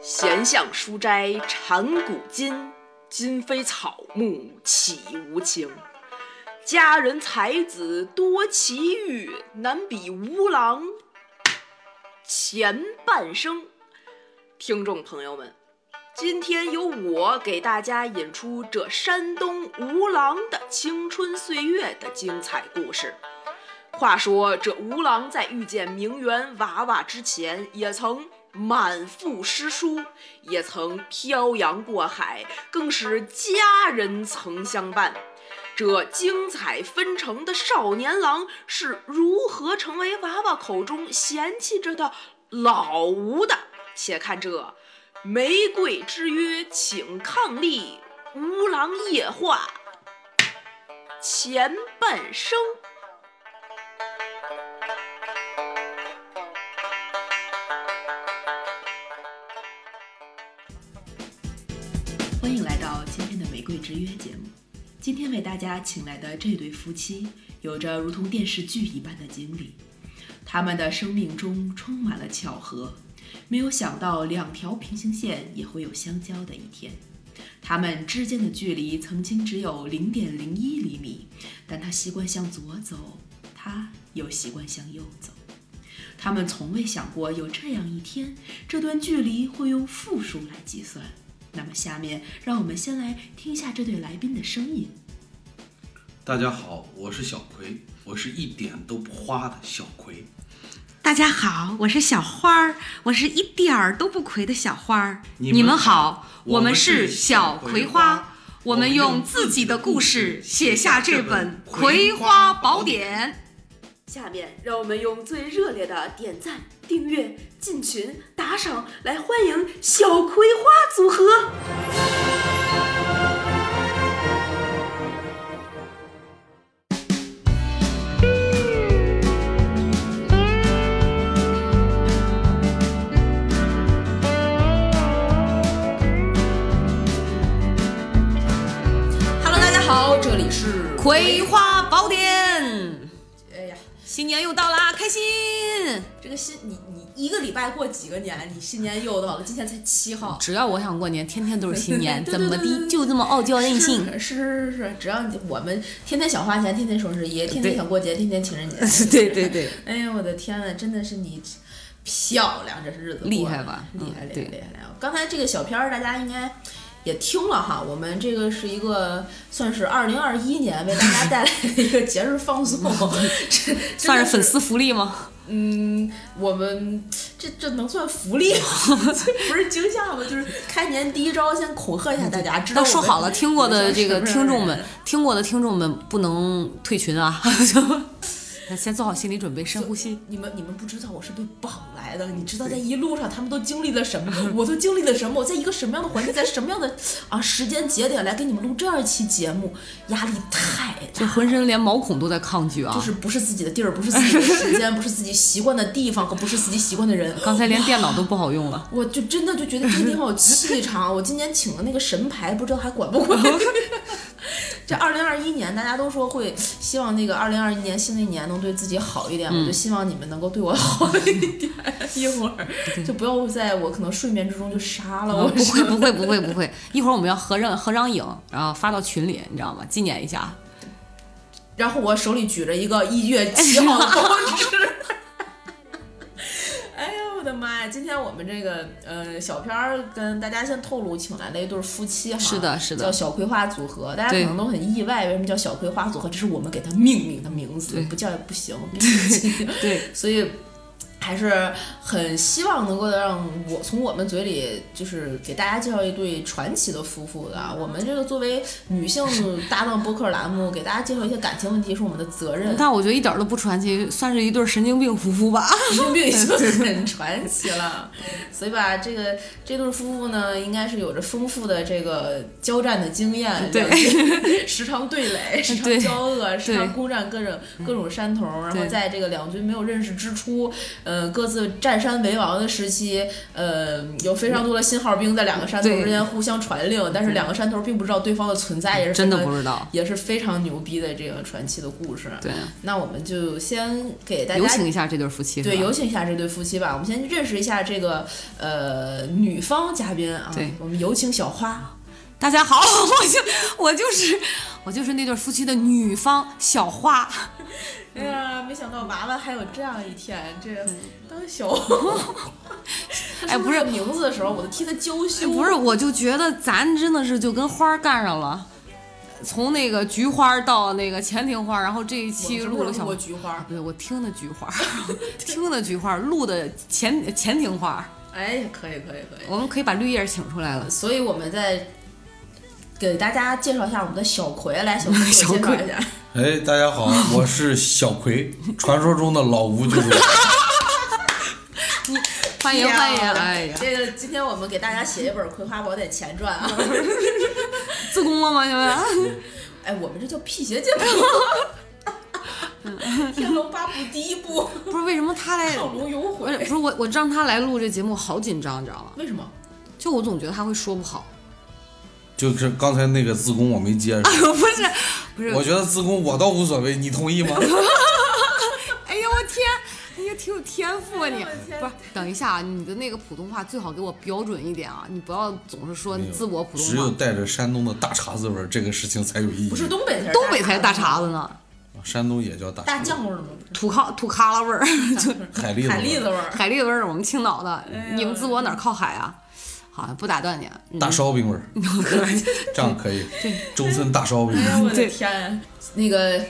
闲向书斋缠古今，今非草木起无情。佳人才子多奇遇，难比吴郎前半生。听众朋友们，今天由我给大家引出这山东吴郎的青春岁月的精彩故事。话说这吴郎在遇见名媛娃娃之前，也曾满腹诗书，也曾漂洋过海，更是佳人曾相伴。这精彩纷呈的少年郎是如何成为娃娃口中嫌弃着的老吴的？且看这“玫瑰之约，请伉俪；吴郎夜话，前半生。”欢迎来到今天的《玫瑰之约》节目。今天为大家请来的这对夫妻，有着如同电视剧一般的经历。他们的生命中充满了巧合，没有想到两条平行线也会有相交的一天。他们之间的距离曾经只有零点零一厘米，但他习惯向左走，他又习惯向右走。他们从未想过有这样一天，这段距离会用负数来计算。那么，下面让我们先来听一下这对来宾的声音。大家好，我是小葵，我是一点都不花的小葵。大家好，我是小花儿，我是一点儿都不葵的小花儿。你你们们好好，我我们们是是小小葵葵花花，我我们们用用自自己己的的故故事事写写下下这这本本《 《葵葵花花宝宝典典》。下面让我们用最热烈的点赞、订阅、进群、打赏来欢迎小葵花组合。 Hello，大家好，这里是《葵葵花宝典》。哎呀，新年又到啦，开心！这个新你你一个礼拜过几个年？你新年又到了，今天才七号。只要我想过年，天天都是新年， 对怎对么对对的对就这么傲娇任性？。是是是是，只要你我们天天想花钱，天天双十一，天天想过节，天天情人节 对对对， 哎呀，我的天呐，真的是你漂亮，这是日子过得厉害吧厉害嗯厉害对厉害！厉害刚才这个小片儿大家应该也听了哈，我们这个是一个算是二零二一年为大家带来的一个节日放 送， 这真的算是是粉丝福利吗？嗯，我们这这能算福利吗？ 不是惊吓吗？就是开年第一招，先恐吓一下大 家，知道都我们说好了，听过的这个是什么听众人们，听过的听众们不能退群啊！ 先做好心理准备，深呼吸。你们你们不知道我是被绑来的，你知道在一路上他们都经历了什么，我都经历了什么，我在一个什么样的环境，在什么样的啊时间节点来给你们录这样一期节目，压力太大就浑身连毛孔都在抗拒啊！就是不是自己的地儿，不是自己的时间，不是自己习惯的地方，和不是自己习惯的人。刚才连电脑都不好用了。我就真的就觉得这个地方有气场。 我今年请的那个神牌，不知道还管不管。哦 这二零二一年，大家都说会希望那个二零二一年新的一年能对自己好一点，嗯我就希望你们能够对我好一点。 一会儿就不要在我可能睡眠之中就杀了我。哦不会呃不会不会不会，一会儿我们要合张合张影，然后发到群里，你知道吗？纪念一 下。然后我手里举着一个一月七号的报纸。哎呀，我的妈呀！今天我们这个呃小片儿跟大家先透露，请来了一对夫妻哈，是的是的叫小葵花组合。大家可对能都很意外，为什么叫小葵花组合？这是我们给它命名的名字对， 不叫也不行，必须 对，所以还是很希望能够让我从我们嘴里就是给大家介绍一对传奇的夫妇的啊。我们这个作为女性搭档播客栏目，给大家介绍一些感情问题是我们的责任。但我觉得一点儿都不传奇，算是一对神经病夫妇吧。神经病已经很传奇了，所以吧，这个这对夫妇呢，应该是有着丰富的这个交战的经验，对了解，时常对 垒，时对常交恶，时常攻占各种各种山头，然后在这个两军没有认识之初，嗯、呃，各自占山为王的时期，呃，有非常多的信号兵在两个山头对之间互相传令，但是两个山头并不知道对方的存在，也是真的非常不知道。也是非常牛逼的这个传奇的故事。对，那我们就先给大家有请一下这对夫妻。对，是吧有请一下这对夫妻吧。我们先认识一下这个呃女方嘉宾啊对，我们有请小花。大家好， 我就我就是我就是那对夫妻的女方小花。 哎呀，没想到娃娃还有这样一天，这嗯当 小哎不是名字的时候，我都替他娇羞。不是，我就觉得咱真的是就跟花儿干上了，从那个菊花儿到那个前庭花儿，然后这一期我录了什么时候小过。菊花。对，我听的菊花儿， 听的菊花儿，录的前前庭花儿，哎，可以可以可以。我们可以把绿叶儿请出来了。所以我们再给大家介绍一下我们的小葵，来，小葵给我 小介绍葵一下。哎，大家 好，我是小葵，传说中的老吴就是 我。欢啊迎欢迎！哎呀，这个今天我们给大家写一本《葵花宝典前传》 啊。自宫了吗？你们？嗯哎，我们这叫辟邪剑谱。 《天龙八部》第一部 不是为什么他来《亢龙有不是不悔是哎我，我让他来录这节目，我好紧张，你知道吗》，？为什么？就我总觉得他会说不好。 就是刚才那个自宫我没接上，不是，不是，我觉得自宫我倒无所谓，你同意 吗？哎呀，我天，哎呀，挺有天赋啊你哎呀我的。天不是，等一下啊，你的那个普通话最好给我标准一点啊，你不要总是说没有自我普只通有话。带着山东的大碴子味儿，这个事情才有意义。不是东北才是东北才是大碴碴子呢，山东也叫大大碴子酱味儿吗？土咖土咖拉味儿，海蛎海蛎子子味儿。海蛎子味儿，我们青岛的。呀你们淄博哪儿靠海啊？好，不打断你啊。味儿，大烧饼味儿，这样可 以。周村大烧饼哎呀，我的对天！那个。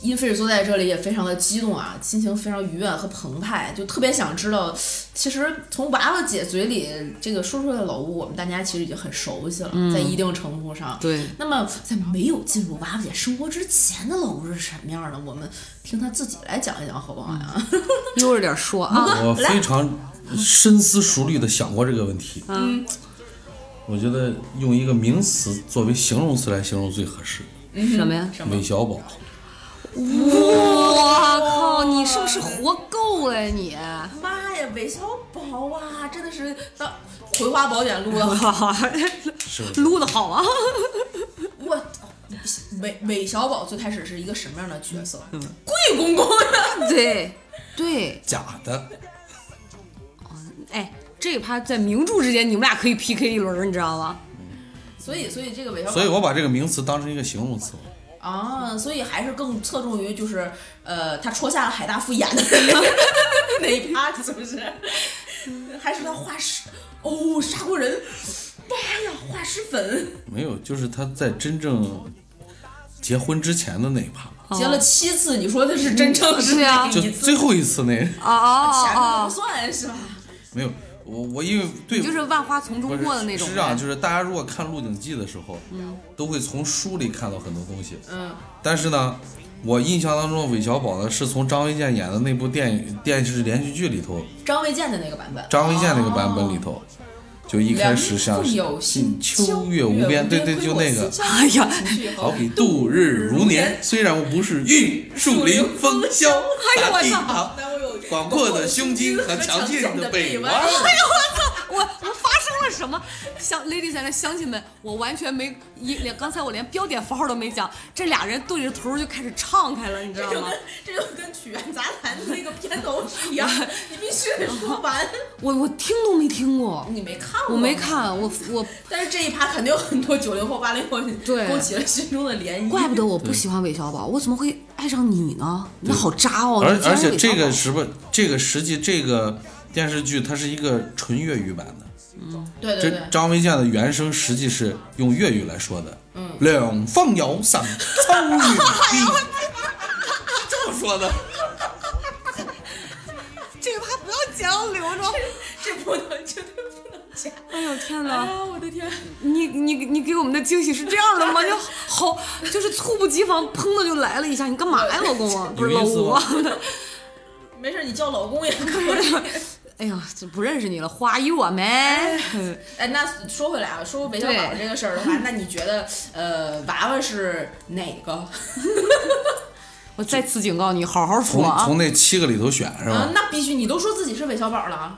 因菲尔坐在这里也非常的激动啊，心情非常愉悦和澎湃，就特别想知道，其实从娃娃姐嘴里这个说出来的老吴，我们大家其实已经很熟悉了，嗯在一定程度上， 对，那么，在没有进入娃娃姐生活之前的老吴是什么样的？我们听他自己来讲一讲，好不好呀？悠着点说啊。我非常深思熟虑的想过这个问题。嗯，我觉得用一个名词作为形容词来形容最合适。嗯什么呀？韦小宝，我靠，你是不是活够了呀你？ 妈呀，韦小宝啊，真的是当《葵花宝典》录 的，是不是？撸的好啊！ 我韦韦小宝最开始是一个什么样的角色？贵公公呀，对，对，假的，哎，这一趴在名著之间，你们俩可以 PK 一轮儿，你知道吗？所以所以这个韦小宝，所以我把这个名词当成一个形容词。啊，所以还是更侧重于就是呃，他戳瞎了海大富眼的 那一趴，是不是？还是他画石哦，杀过人，妈呀，画石粉。没有，就是他在真正结婚之前的那一趴，结了七次，你说的是真正是哦对啊就一次，最后一次那哦哦前面不哦，算是吧？没有。我我因为对就是万花丛不中是过的那种是这呗。样，就是大家如果看《鹿鼎记》的时候，都会从书里看到很多东西。嗯，但是呢，我印象当中，韦小宝呢是从张卫健演的那部电影电视连续剧里头，张卫健的那个版本，张卫健那个版本里头，就一开始像良是木有心，秋月月无边，边，对对，就那个。哎呀，好比度日如年，虽然我不是玉树临风萧，哎呦我大地操堂那我哦有这广阔的胸襟和强健的臂弯。哎我我发生了什么？乡 ladies and 乡亲们，我完全没一连刚才我连标点符号都没讲，这俩人对着头儿就开始唱开了，你知道这就吗跟？这就跟曲苑杂谈那个片头是 一样，你必须得说完。哦我我听都没听过，你没看过？我没。看，我我但是这一趴肯定有很多九零后、八零后对勾起了心中的涟漪。怪不得我不喜欢韦小宝，我怎么会爱上你呢？你好渣哦！而你竟而然是且韦小这宝个实不，这个实际这个电视剧它是一个纯粤语版的，对对这对，张卫健的原声实际是用粤语来说的，嗯两方摇伞，秋雨滴，这么说的，这个还不要讲，留着。这不能， 绝对不能加。哎呦天哎哪！呀，我的天！你你你给我们的惊喜是这样的吗？就好，就是猝不及防，砰的就来了一下。你干嘛呀，老 公啊？不是有老意思吴吗啊？没事，你叫老公也可 以。哎呀，这不认识你了，花友啊，man！哎，那说回来啊，说韦小宝对这个 事儿的话，那你觉得呃，娃娃是哪个？我再次警告你，好好从说啊从！那七个里头选是啊吧？，那必须，你都说自己是韦小宝了，啊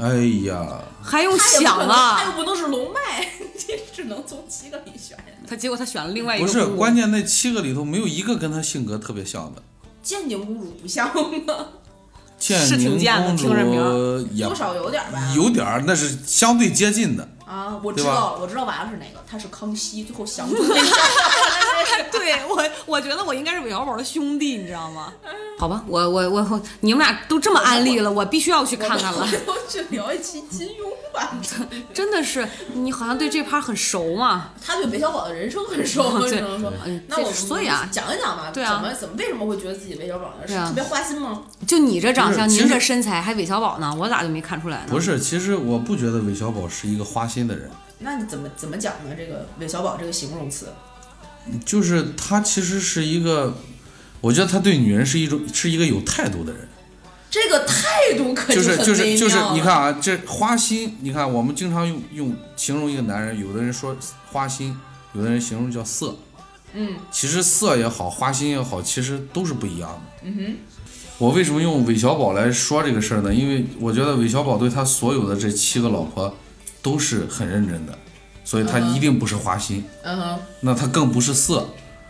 哎呀，还用他也不想可能，他又啊？不能是龙脉， 这只能从七个里选。他结果他选了另外一个不屋，是，关键那七个里头没有一个跟他性格特别像的。剑宁公主不像吗？建是挺宁贱的公听着名主也多少有点吧。有点儿，那是相对接近的。啊，我知对吧道了，我知道娃娃是哪个，他是康熙，最后降服那个。 对我，我觉得我应该是韦小宝的兄弟，你知道吗？哎好吧，我我我，你们俩都这么安利了，我必须要去 看看了。回头去聊一期金庸吧。 真的是，你好像对这趴很熟嘛？他对韦小宝的人生很熟， 对我只能说嗯。那我这所以啊讲一讲吧，对啊怎么怎么为什么会觉得自己韦小宝呢？是对啊特别花心吗？就你这长相，不是您其这实身材，还韦小宝呢，我咋就没看出来呢？不是，其实我不觉得韦小宝是一个花心的人，那你怎么怎么讲呢？这个韦小宝这个形容词，就是他其实是一个，我觉得他对女人是一种是一个有态度的人。这个态度可就是很就是微就是妙，了你看啊，这花心，你看我们经常用用形容一个男人，有的人说花心，有的人形容叫色。嗯，其实色也好，花心也好，其实都是不一样的。嗯哼，我为什么用韦小宝来说这个事儿呢？因为我觉得韦小宝对他所有的这七个老婆都是很认真的，所以他一定不是花心，嗯哼，那他更不是色，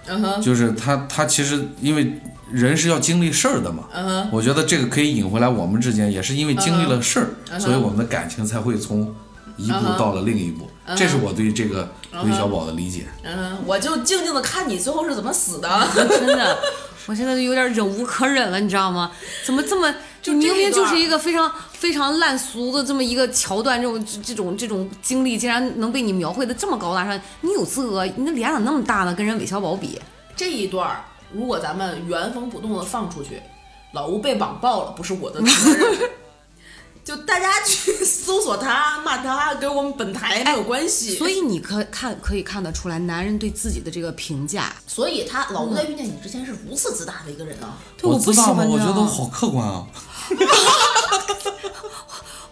嗯哼，就是他他其实因为人是要经历事儿的嘛。嗯哼，我觉得这个可以引回来，我们之间也是因为经历了事儿嗯哼所以我们的感情才会从一步到了另一步。这是我对这个韦小宝的理解。嗯哼，我就静静的看你最后是怎么死的。 真的，我现在就有点忍无可忍了，你知道吗？怎么这么？就这一明明就段是一个非常非常烂俗的这么一个桥段，这种这这种这种经历，竟然能被你描绘的这么高大上，你有资格？你的脸咋那么大呢？跟人韦小宝比， 这一段儿，如果咱们原封不动的放出去，老吴被网暴了，不是我的责任。 就大家去搜索他、骂他，跟我们本台没有关系。所以你可看可以看得出来，男人对自己的这个评价，所以他老吴在遇见你之前是如此自大的一个人啊。对我知不喜道吗？欢我这觉样。得好客观啊。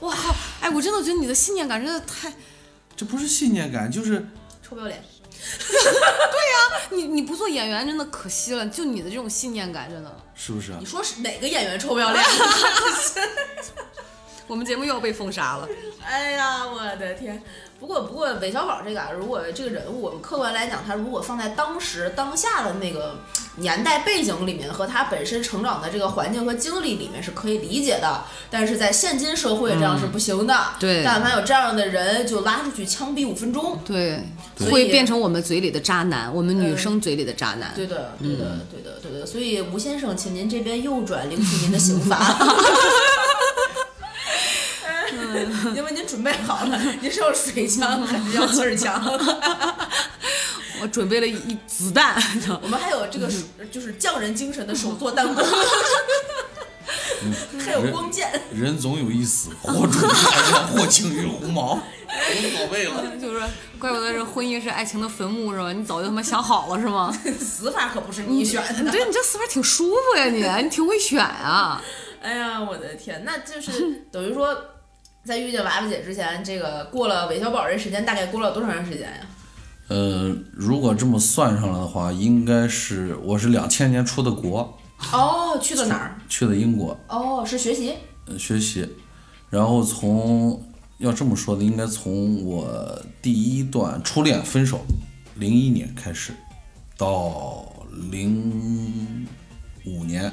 哇靠！哎，我真的觉得你的信念感真的太……这不是信念感，就是臭不要脸！你你不做演员真的可惜了，就你的这种信念感真的，是不是？你说是哪个演员臭不要脸？我们节目又要被封杀了。哎呀，我的天！不过不过，韦小宝这个啊，如果这个人物，我们客观来讲，他如果放在当时当下的那个年代背景里面，和他本身成长的这个环境和经历里面是可以理解的，但是在现今社会这样是不行的。对但凡有这样的人，就拉出去枪毙五分钟。对，对会变成我们嘴里的渣男，我们女生嘴里的渣男。对的，对的，对的，对的。所以吴先生，请您这边右转，领取您的刑 罚。嗯因为您准备好了，您是要水枪还是要气儿枪？ 我准备了一一子弹， 你知道我们还有这个手就是匠人精神的手做弹弓， 还有光剑。人总有一死，或主于海疆，或轻于 鸿毛，无所谓了。就是怪不得是婚姻是爱情的坟墓是吧？你早就他妈想好了是吗？ 死法可不是你选的。对你这死法挺舒服呀，你你挺会选啊。哎呀，我的天，那就是等于说，在遇见娃娃姐之前，这个过了韦小宝这时间，大概过了多长时间呀？呃，如果这么算上了的话，应该是我是两千年出的国，哦，去的哪儿？去的英国。哦，是学习。呃学习，然后从要这么说的，应该从我第一段初恋分手，零一年开始，到零五年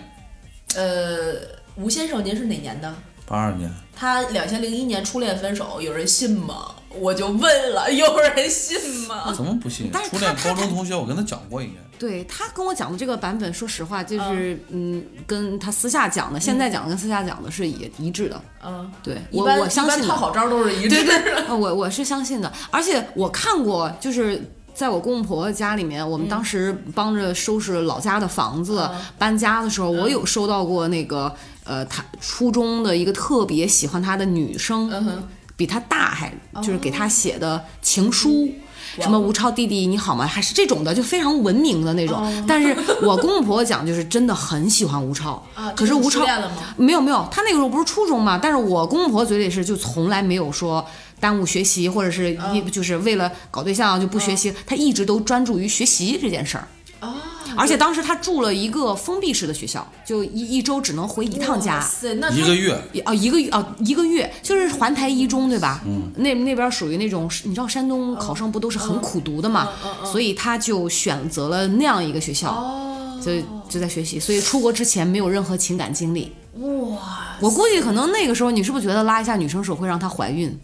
呃，吴先生，您是哪年的？八二年，他两千零一年初恋分手，有人信吗？我就问了，有人信吗？怎么不信？啊但是初他恋高中同学，我跟他讲过应该。对他跟我讲的这个版本，说实话就是嗯，跟他私下讲的，现在讲的跟私下讲的是也一致的。嗯，对一我般我相一信般的套好招都是一致对对，的。啊我我是相信的，而且我看过，就是在我公公婆婆家里面，我们嗯当时帮着收拾老家的房子、搬家的时候，我嗯有收到过那个呃，他初中的一个特别喜欢他的女生，嗯哼哦比他大还就是给他写的情书。嗯什么吴超弟弟你好吗？还是这种的，就非常文明的那种。哦但是我公公婆婆讲，就是真的很喜欢吴超。啊可这是是吴初超恋了吗没有没有，他那个时候不是初中嘛，但是我公公婆嘴里是就从来没有说耽误学习，或者是一就是为了搞对象就不学习，他一直都专注于学习这件事儿。啊，而且当时他住了一个封闭式的学校，就一一周只能回一哇趟家。塞，那一他个月，啊，一个月啊，一个月就是环台一中对吧？嗯，那那边属于那种，你知道山东考生不都是很苦读的嘛，所以他就选择了那样一个学校，哦就就在学习，所以出国之前没有任何情感经历。哇，我估计可能那个时候你是不是觉得拉一下女生手会让她怀孕？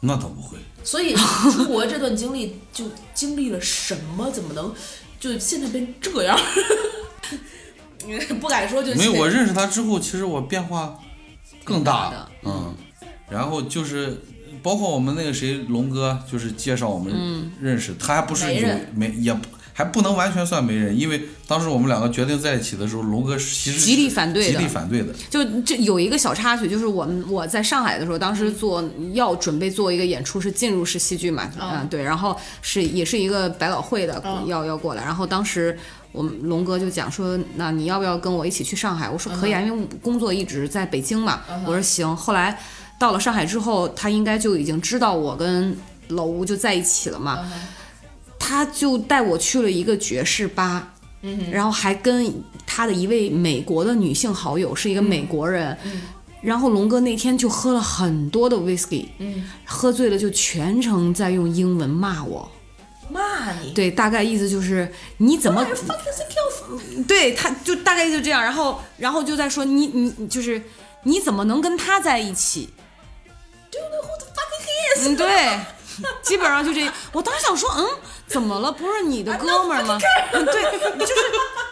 那倒不会。所以出国这段经历就经历了什么？怎么能就现在变这样？ 不敢说，就是没有，我认识他之后，其实我变化更大，嗯，然后就是包括我们那个谁龙哥，就是介绍我嗯们认识，他还不是媒有人没也不还不能完全算媒人，因为当时我们两个决定在一起的时候，龙哥其实是极力反对的极力反对的，就这有一个小插曲，就是我们我在上海的时候，当时做要准备做一个演出，是进入式戏剧嘛，嗯、对，然后是也是一个百老汇的，要要过来，然后当时。我们龙哥就讲说，那你要不要跟我一起去上海？我说可以啊，因为我工作一直在北京嘛。我说行。后来到了上海之后，他应该就已经知道我跟老吴就在一起了嘛。啊他就带我去了一个爵士吧，然后还跟他的一位美国的女性好友是一个美国人，然后龙哥那天就喝了很多的 whisky，、喝醉了就全程在用英文骂我，骂你，对，大概意思就是你怎么放这是跳死对，他就大概就这样，然后然后就在说你你你就是你怎么能跟他在一起？嗯，对，基本上就这。我当时想说，嗯，怎么了？不是你的哥们 儿吗？嗯，对，就是。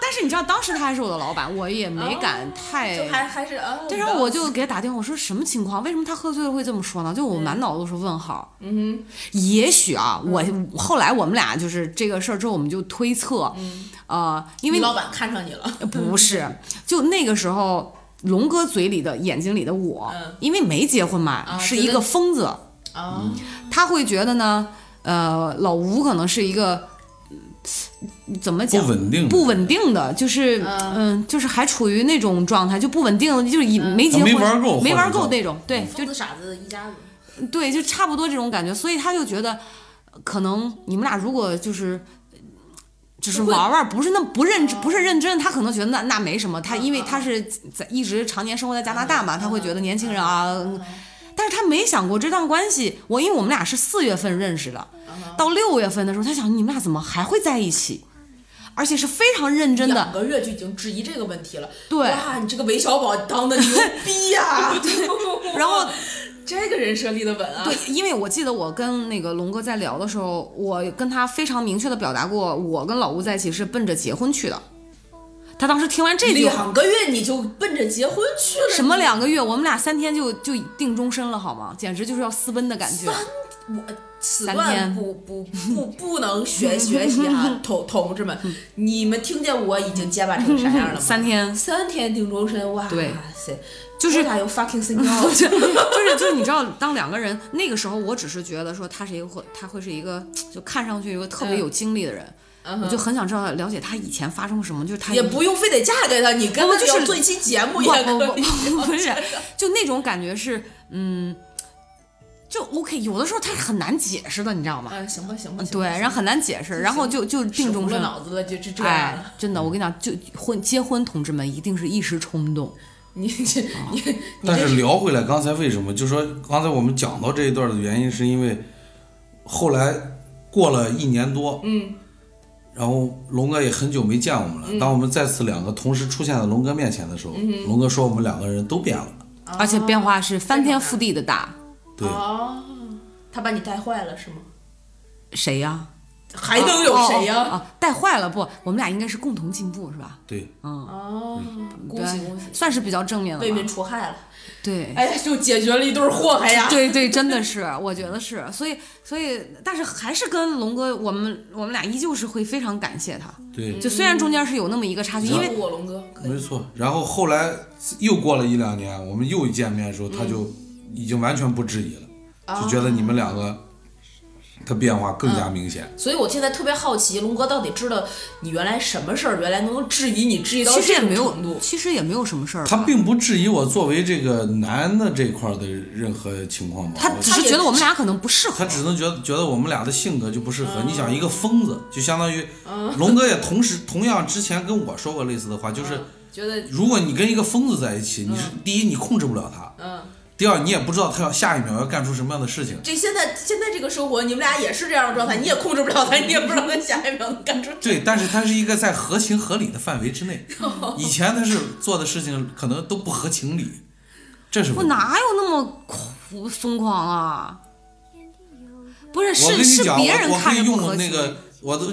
但是你知道，当时他还是我的老板，我也没敢太。就还还是啊，哎对，然后我就给他打电话，我说什么情况？为什么他喝醉了会这么说呢？就我满脑子都是问号。嗯，也许啊，我嗯后来我们俩就是这个事儿之后，我们就推测，呃，因为嗯你呃老板看上你了，不是，就那个时候，龙哥嘴里的眼睛里的我，因为没结婚嘛，是一觉个得疯子。啊，他会觉得呢，呃，老吴可能是一个。嗯怎么讲？不稳定的不稳定的，就是嗯嗯就是还处于那种状态，就不稳定，就是以没结婚、没玩够没玩或者够叫那种，对，就疯子傻子一家子，对，就差不多这种感觉，所以他就觉得，可能你们俩如果就是。只是玩玩，不是那么不认真，不是认真，他可能觉得那那没什么。他因为他是在一直常年生活在加拿大嘛，他会觉得年轻人啊，但是他没想过这段关系。我因为我们俩是四月份认识的，到六月份的时候，他想你们俩怎么还会在一起，而且是非常认真的两。个月就已经质疑这个问题了。对哇，你这个韦小宝当的牛逼呀、 然后这个人设立得稳啊。对，因为我记得我跟那个龙哥在聊的时候，我跟他非常明确的表达过，我跟老吴在一起是奔着结婚去的。他当时听完这句话，两个月你就奔着结婚去了？什么两个月，我们俩三天就就定终身了，好吗？简直就是要私奔的感觉。我此三天段不不不不能学学习 啊，同同志们，你们听见我已经结巴成啥样了吗？ 三天三天定终身，哇对塞，就是我俩有 fucking signal，就是就是，你知道，当两个人那个时候，我只是觉得说他是一个会，他会是一个就看上去一个特别有经历的人，我就很想知道了解他以前发生了什么，就是嗯他也不用非得嫁给他，你跟不他就是要做一期节目不也不可不以。不 不是，就那种感觉是，嗯，就 OK。有的时候他是很难解释的，你知道吗？嗯，行吧，行吧，行吧对，然后很难解释，然后就就定终了身。脑子了，就就这样了。哎，真的，我跟你讲，就婚结婚，同志们一定是一时冲动。你 这你你哦但这是聊回来，刚才为什么就说刚才我们讲到这一段的原因，是因为后来过了一年多，嗯，然后龙哥也很久没见我们了。嗯当我们再次两个同时出现在龙哥面前的时候，龙哥说我们两个人都变了，啊而且变化是翻天覆地的大。对，哦，他把你带坏了是吗？谁呀？还能有谁呀、哦哦哦带坏了不？我们俩应该是共同进步，是吧？嗯对，哦，恭喜对恭喜，算是比较正面的为吧民。除害了。对，哎呀，就解决了一对儿祸害呀。对对，真的是，我觉得是，所以所以，但是还是跟龙哥，我们我们俩依旧是会非常感谢他。对，就虽然中间是有那么一个插曲，因为我龙哥可没以。错。然后后来又过了一两年，我们又嗯哦见面的时候，他就已经完全不质疑了，就觉得你们两个它变化更加明显。所以我现在特别好奇，龙哥到底知道你原来什么事儿，原来能质疑你质疑到其实这也种没程有，度。其实也没有什么事儿吧。他并不质疑我作为这个男的这块儿的任何情况吧，他我只是也觉得我们俩可能不适合他。只能觉得觉得我们俩的性格就不适合。你嗯想，一个疯子就相当于龙哥也同时同样之前跟我说过类似的话，就是嗯觉得如果你跟一个疯子在一起，你是第一你控制不了他，嗯，第二你也不知道他要下一秒要干出什么样的事情。这现在现在这个生活，你们俩也是这样的状态，你也控制不了他，你也不知道他下一秒能干出什么。对，但是他是一个在合情合理的范围之内。哦以前他是做的事情可能都不合情理，这是我问题。哪有那么狂疯狂啊？不我是，跟是你是讲，别人我我看可着以不用合那群。个，我都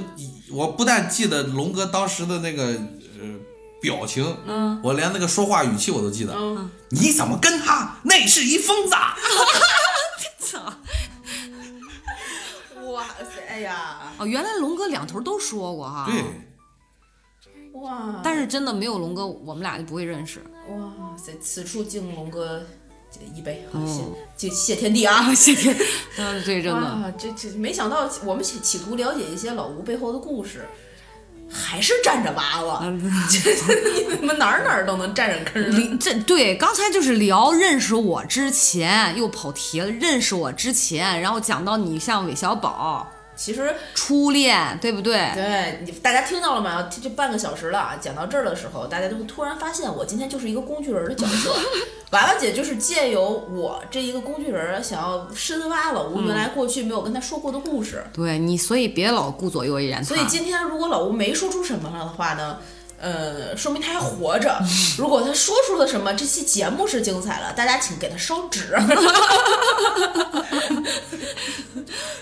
我不但记得龙哥当时的那个呃表情，嗯，我连那个说话语气我都记得。嗯，你怎么跟他？那是一疯子。啊哇塞，哎呀，哦，原来龙哥两头都说过哈。对，哇但是真的没有龙哥，我们俩就不会认识。哇塞，此处敬龙哥一杯，好谢哦谢谢天地啊！ 谢谢。嗯，对，真的。哇，这这没想到，我们企企图了解一些老吴背后的故事，还是站着娃娃，嗯 这这你们哪儿哪儿都能站着坑儿。离这对，刚才就是聊认识我之前又跑题了，认识我之前，然后讲到你像韦小宝 其实，初恋，对不对？对你大家听到了吗？这这半个小时了啊，讲到这儿的时候，大家就会突然发现，我今天就是一个工具人的角色。娃娃姐就是借由我这一个工具人儿，想要深挖老吴原嗯来过去没有跟他说过的故事。对你，所以别老顾左右而言他。所以今天如果老吴没说出什么的话呢，呃，说明他还活着。 如果他说出了什么，这期节目是精彩了，大家请给他烧 纸。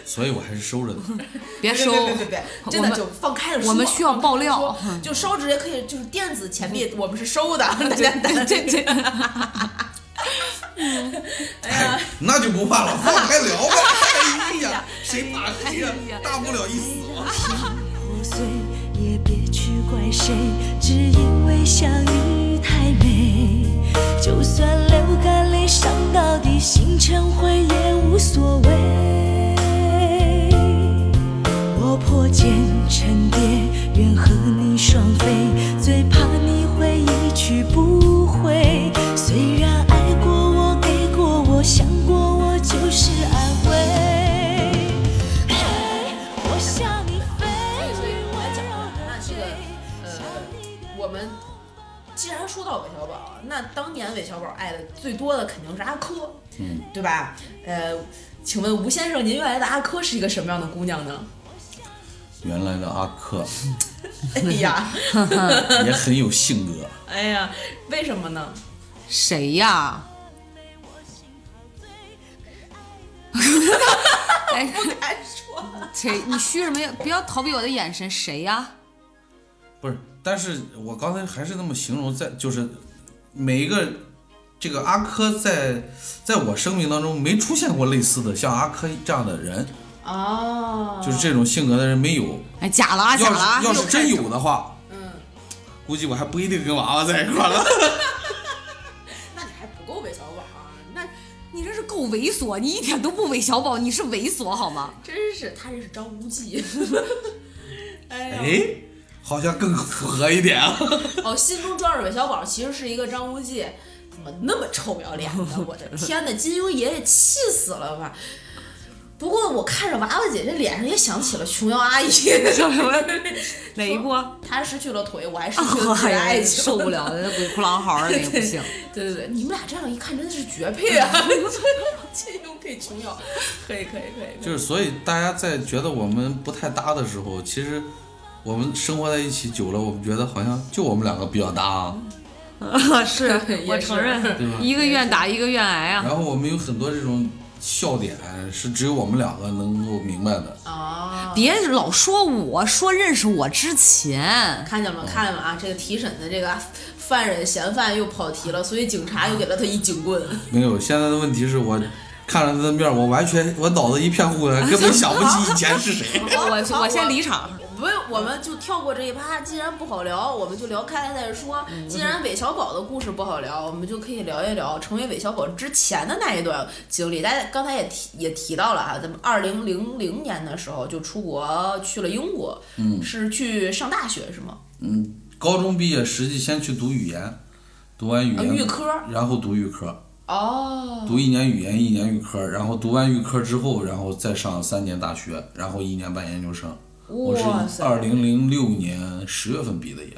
所以我还是收着的。嗯别 收，别别别别，真我的们就放开了说。我们需要爆料放开了说就烧纸也可以，就是电子钱币我们是收 的。大家大家这这，哎，那就不怕了，放开聊 吧。哎呀，谁怕谁呀？哎大不了一死嘛。破碎，也别去怪谁，只因为相遇太美。就算流干泪，伤到底，心成灰也无所谓。我破茧成蝶，愿和你双飞，最怕你会一去不回。虽然爱过我，给过我，想过我，就是安慰。哎，我向你飞，我来讲啊那这个呃呃， 我们既然说到韦小宝，那当年韦小宝爱的最多的肯定是阿珂，嗯，对吧？呃，请问吴先生，您原来的阿珂是一个什么样的姑娘呢？ 原来的阿克哎呀，也很有性格，哎呀，为什么呢？谁呀？ 哎，还说谁？你虚什么呀？不要逃避我的眼神。谁呀？不是？但是我刚才还是那么形容，在就是每一个这个阿珂在在我生命当中没出现过类似的像阿珂这样的人，哦，就是这种性格的人没有。哎，假了啊，假要了啊是！要是真有的话，嗯，估计我还不一定跟娃娃在一块儿 了。那你还不够韦小宝啊，那你这是够猥琐，你一点都不韦小宝，你是猥琐好吗？真是他认识张无忌。哎呀，哎，好像更符合一点啊。 哦，心中装着韦小宝，其实是一个张无忌，怎么那么臭不要脸呢？我的天呐，金庸爷爷气死了吧！不过我看着娃娃姐这脸上也想起了琼瑶阿姨，叫什么？哪一部？她失去了腿，我还失去了自己的爱情，哦哎受不。了的鬼哭狼嚎的那个不行。对对对，你们俩这样一看真的是绝配啊！金庸配琼瑶，可以可以可以。就是所以大家在觉得我们不太搭的时候，其实我们生活在一起久了，我们觉得好像就我们两个比较搭啊。 是也是我承 对吧认，一个愿打一个愿挨啊。然后我们有很多这种笑点是只有我们两个能够明白的。啊， 别老说我说认识我之前，看嗯见了吗？看见了吗啊！这个提审的这个犯人嫌犯又跑题了，所以警察又给了他一警棍。没有，现在的问题是我看了他 的面儿，我完全我脑子一片混乱，根本想不起以前是谁。 我我我先离场。不是，我们就跳过这一趴。既然不好聊，我们就聊开了再说。嗯既然韦小宝的故事不好聊，我们就可以聊一聊成为韦小宝之前的那一段经历。大家刚才也提也提到了啊，咱们二零零零年的时候就出国去了英国，嗯是去上大学是吗？嗯，高中毕业实际先去读语言，读完语啊，言，预科然后读预科，哦，读一年语言，一年预科，然后读完预科之后，然后再上三年大学，然后一年半研究生。我哇是塞二零零六年十月份毕的业，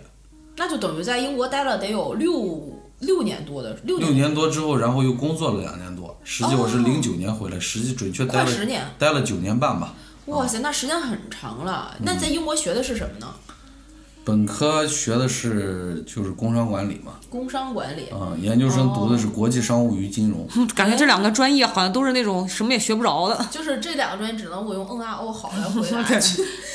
那就等于在英国待了得有六六年多的六六年多之后，然后又工作了两年多，实际我是零九年回来，实际准确待哦快了十年。待了九年半吧。哇塞，那时间很长了。那在英国学的是什么呢？本科学的是就是工商管理嘛，工商管理。啊、研究生读的哦是国际商务与 金融，感觉这两个专业好像都是那种什么也学不着的，就是这两个专业只能我用嗯啊哦好来回答，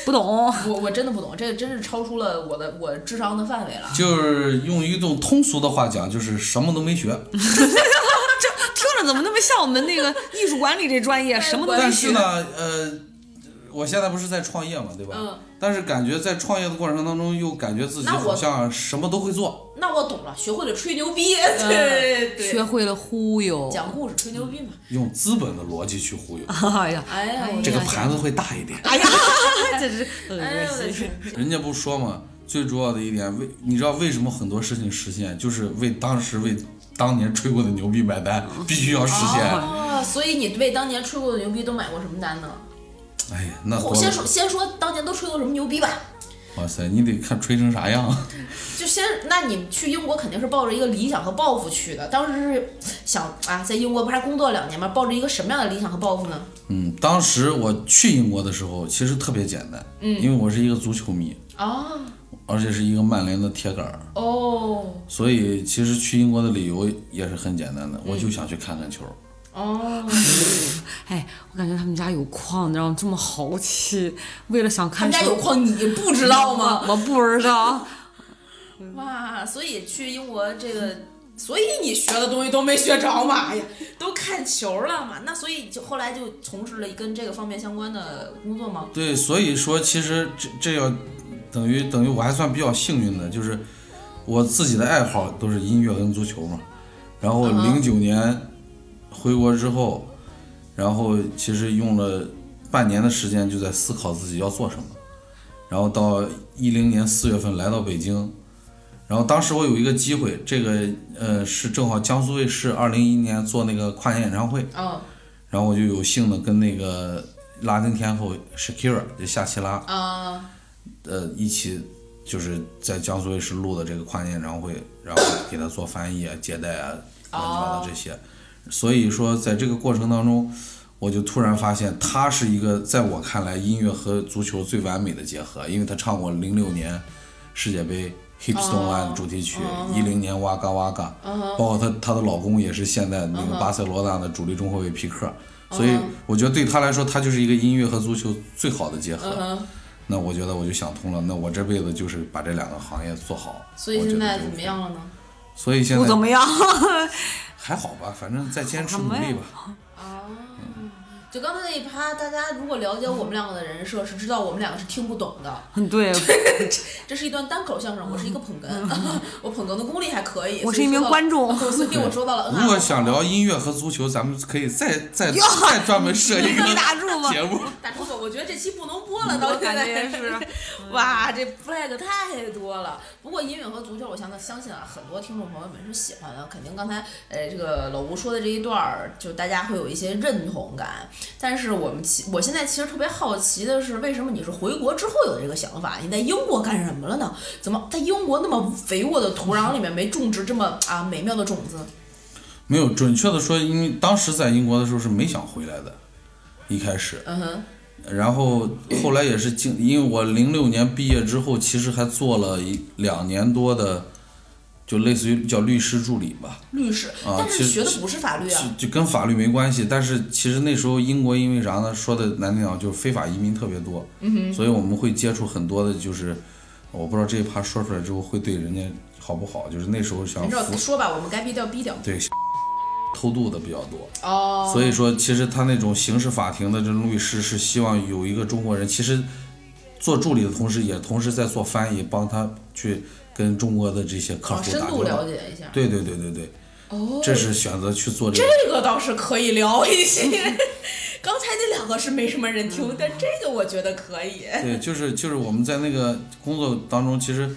不懂。 我我真的不懂，这真是超出了我的我智商的范围了。就是用一种通俗的话讲，就是什么都没学。听着怎么那么像我们那个艺术管理这专 业，什么都没但是学呢，，呃，我现在不是在创业嘛，对吧？嗯但是感觉在创业的过程当中，又感觉自己那我好像什么都会做。那我懂了，学会了吹牛逼， 对对，学会了忽 悠。讲故事吹牛逼嘛。用资本的逻辑去忽悠，哎呀，哎呀，我这个天盘子会大一点。哎呀，这是哎呦我恶的心。天，人家不说嘛，最重要的一点，为你知道为什么很多事情实现，就是为当时为当年吹过的牛逼买单，必须要实现。哦，所以你为当年吹过的牛逼都买过什么单呢？哎呀，那活我先说先说当年都吹过什么牛逼吧。哇塞，你得看吹成啥样。就先，那你去英国肯定是抱着一个理想和抱负去的。当时是想啊，在英国不是还工作两年吗？抱着一个什么样的理想和抱负呢？嗯，当时我去英国的时候，其实特别简单，嗯，因为我是一个足球迷，啊，而且是一个曼联的铁杆儿，哦，所以其实去英国的理由也是很简单的，我就想去看看球。哦， 哎，我感觉他们家有矿，你知道吗？这么豪气，为了想他看们家有矿，你不知道吗？我？我不知道， 哇，所以去英国这个，所以你学的东西都没学着嘛哎呀， 都看球了嘛。那所以就后来就从事了跟这个方面相关的工作吗？对，所以说其实这这要等于等于我还算比较幸运的，就是我自己的爱好都是音乐跟足球嘛。然后零九年回国之后，然后其实用了半年的时间就在思考自己要做什么。然后到一零年四月份来到北京，然后当时我有一个机会，这个呃是正好江苏卫视二零一一年做那个跨年演唱会，嗯然后我就有幸的跟那个拉丁天后 Shakira 就夏奇拉，啊，呃，一起就是在江苏卫视录的这个跨年演唱会，然后给他做翻译啊、接待啊、乱七八糟这些。所以说，在这个过程当中，我就突然发现，他是一个在我看来音乐和足球最完美的结合，因为他唱过零六年世界哦杯。Hips Don't Lie 的主题曲，一零、年哇嘎哇哦嘎，包括她她的老公也是现在那个巴塞罗那的主力中后卫皮克，哦所以我觉得对她来说，她就是一个音乐和足球最好的结合。嗯那我觉得我就想通了，那我这辈子就是把这两个行业做好。所以我觉现得在就怎么 OK 样了呢？所以现不在怎么样。还好吧，反正再坚持怎努么力样吧。就刚才那一趴，大家如果了解我们两个的人设，是知道我们两个是听不懂的。 对，这是一段单口相声，我是一个 捧哏， 我捧哏的功力还可以。我是所以一名说到观众所以我说到了。如果想聊音乐和足球，咱们可以再 再再专门设一个没打住吗节目。打出我，我觉得这期不能播了，到现在感觉是， 哇，这 flag 太多了。不过音乐和足球，我相信相信啊，很多听众朋友们是喜欢的，肯定刚才呃这个老吴说的这一段儿，就大家会有一些认同感。但是我们其我现在其实特别好奇的是，为什么你是回国之后有这个想法？你在英国干什么了呢？怎么在英国那么肥沃的土壤里面没种植这么啊美妙的种子？没有准确的说，因为当时在英国的时候是没想回来的，一开始。嗯哼，然后后来也是经，因为我零六年毕业之后，其实还做了一两年多的，就类似于叫律师助理吧。律师，啊但其是实学的不是法律啊是。就跟法律没关系，但是其实那时候英国因为啥呢？说的难听点，就是非法移民特别多，嗯所以我们会接触很多的，就是呃我不知道这一趴说出来之后会对人家好不好，就是那时候想你知道服说吧，我们该逼掉逼掉。对 偷渡的比较多，哦，所以说其实他那种刑事法庭的这种律师是希望有一个中国人，其实做助理的同时，也同时在做翻译，帮他去跟中国的这些客哦，户深打度交了道。解一下。对对对对对，哦，这是选择去做这个。这个倒是可以聊一些。刚才那两个是没什么人嗯听，但这个我觉得可以。对，就是就是我们在那个工作当中，其实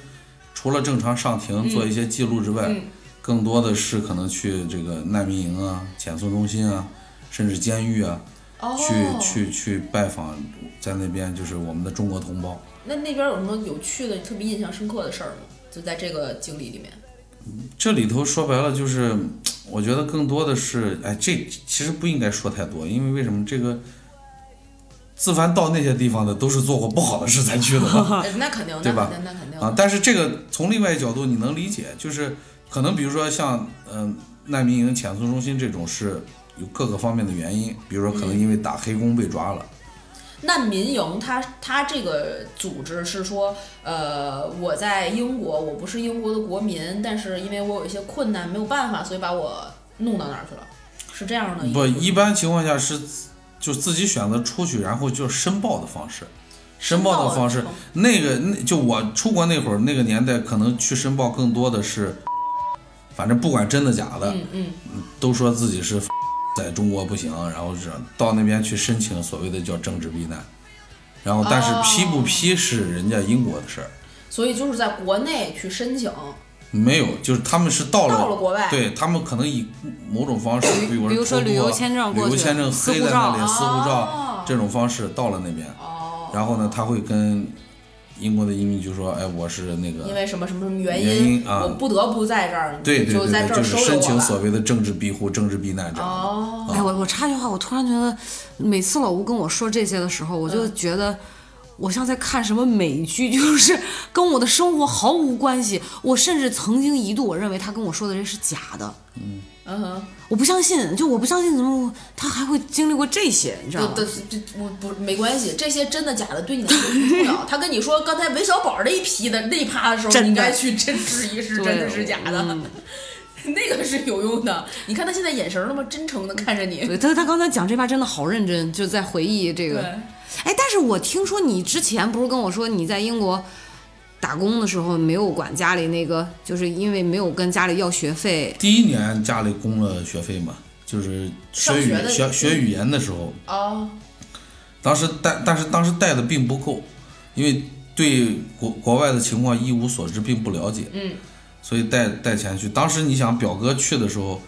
除了正常上庭做一些记录之外，更多的是可能去这个难民营啊、遣送中心啊，甚至监狱啊，哦去去去拜访在那边就是我们的中国同胞。那那边有什么有趣的、特别印象深刻的事儿吗？就在这个经历里面。这里头说白了就是，我觉得更多的是，哎，这其实不应该说太多，因为为什么这个，自凡到那些地方的都是做过不好的事才去的嘛。哎那肯定，那啊对吧肯定，那肯定。啊，但是这个从另外一角度你能理解，就是可能比如说像嗯、难民营遣送中心这种是有各个方面的原因，比如说可能因嗯为打黑工被抓了，难民营它，它这个组织是说，呃，我在英国，我不是英国的国民，但是因为我有一些困难，没有办法，所以把我弄到那儿去了，是这样的一个。不一般情况下是就自己选择出去，然后就是申报的方式。申报的方式申报的，那个那就我出国那会儿那个年代，可能去申报更多的是，反正不管真的假的，嗯嗯，都说自己是在中国不行，然后是到那边去申请所谓的叫政治避难，然后但是哦批不批是人家英国的事儿，所以就是在国内去申请，没有，就是他们是到了到了国外对他们可能以某种方式，比如比如说偷渡啊旅游签证过旅去游签证私护黑在那照里，私护哦照这种方式到了那边，哦，然后呢，他会跟英国的移民局说，哎，我是那个因为什么什么什么原原因啊我不得不在这儿，对你对就在对这对，儿就收是留申我请吧所谓的政治庇护、政治避难这样的。哦，哎，我我插一句话，我突然觉得，每次老吴跟我说这些的时候，我就嗯觉得。我像在看什么美剧， 就是跟我的生活毫无关系。我甚至曾经一度我认为他跟我说的这是假的，嗯哼，我不相信，就我不相信怎么他还会经历过这些，你知道对吗？对，这我不没关系，这些真的假的对你来说不重要。他跟你说刚才韦小宝那一批的那一趴的时候，真的你应该去真质疑是对嗯真的是假的，那个是有用的。你看他现在眼神儿那么真诚的看着你，对他他刚才讲这话真的好认真，就在回忆这个。哎，但是我听说你之前不是跟我说你在英国打工的时候没有管家里那个，就是因为没有跟家里要学费，第一年家里供了学费嘛，就是学上学的语学学语言的时候，哦，当时带但是当时带的并不够，因为对国国外的情况一无所知，并不了解，嗯，所以带带钱去。当时你想表哥去的时候，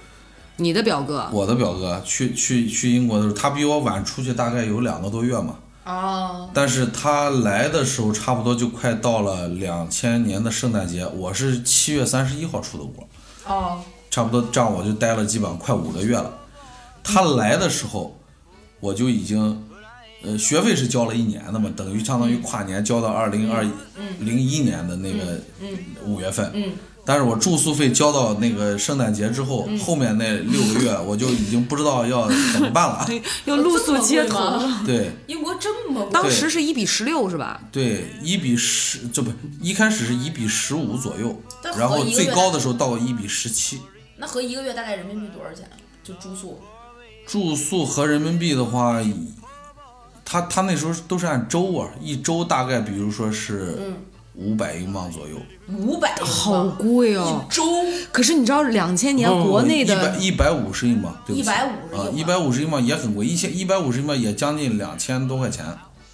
你的表哥我的表哥去去去英国的时候，他比我晚出去大概有两个多月嘛，哦，但是他来的时候差不多就快到了两千年的圣诞节，我是七月三十一号出的国，哦，差不多这样我就待了基本上快五个月了。他来的时候，我就已经，呃，学费是交了一年的嘛，等于相当于跨年交到二零二嗯零一年的那个五月份。但是我住宿费交到那个圣诞节之嗯后，后面那六个月我就已经不知道要怎么 办了。 要露宿街这头么贵 了。吗对英国这么贵当时是一比十六是吧？对，一比十，这不一开始是一比十五左右但，然后合一个最月高的时候到过一比十七。那合一个月大概人民币多少钱？啊就住宿住宿和人民币的话，他他那时候都是按周啊，一周大概比如说是五百英镑左右，五百英镑，好贵哦！一周可是你知道，两千年国内的哦一百一百五十英镑，对不起， 150啊，英一镑百五十英镑也很贵，一千一百五十英镑也将近两千多块钱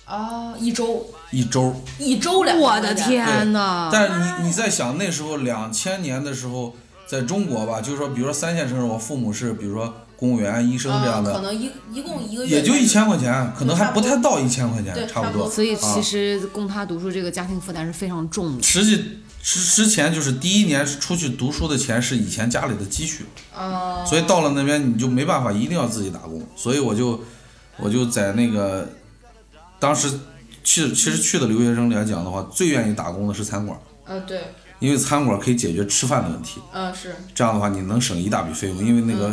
啊，一周一周。一周两，我的，天呐！但你你在想那时候两千年的时候，在中国吧，就是说，比如说三线城市，我父母是比如说公务员、医生啊这样的，可能一一共一个月也就一千块钱，可能还不差太不到一千块对钱，差不不多多。所以其啊实供他读书这个家庭负担是非常重的。实际之之前就是第一年是出去读书的钱是以前家里的积蓄，啊，所以到了那边你就没办法，一定要自己打工。所以我就我就在那个当时去，其实去的留学生来讲的话，最愿意打工的是餐馆，呃，对，因为餐馆可以解决吃饭的问题。呃，是啊，这样的话，你能省一大笔费用，因为那个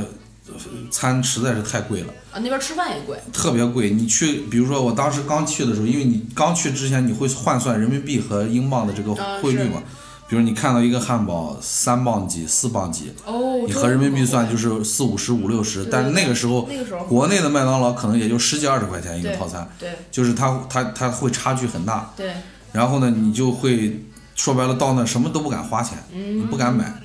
呃餐实在是太贵了，呃那边吃饭也贵，特别贵。你去，比如说我当时刚去的时候，因为你刚去之前你会换算人民币和英镑的这个啊汇率是嘛，比如你看到一个汉堡三磅几、四磅几，哦，你这合人民币个算就是四五十、五六十，但是那个时候那个时候国内的麦当劳可能也就十几二十块钱一个对套餐，对就是它它它会差距很大。对，然后呢，你就会说白了到那什么都不敢花钱，嗯你不敢买。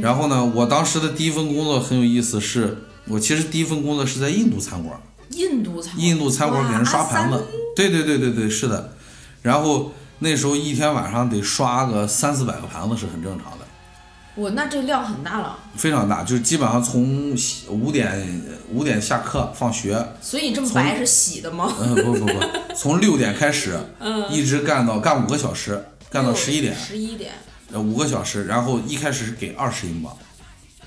然后呢，我当时的第一份工作很有意思是，我其实第一份工作是在印度餐馆，印度餐印度餐馆给人刷盘哇子阿，对对对对对，是的。然后那时候一天晚上得刷个三四百个盘子是很正常的，我那这量很大了，非常大，就是基本上从五点五点下课放学，所以你这么白是洗的 吗？嗯不不不，从六点开始，一直干到干五个小时，干到十一点，十一点，呃五个小时，然后一开始是给二十英镑，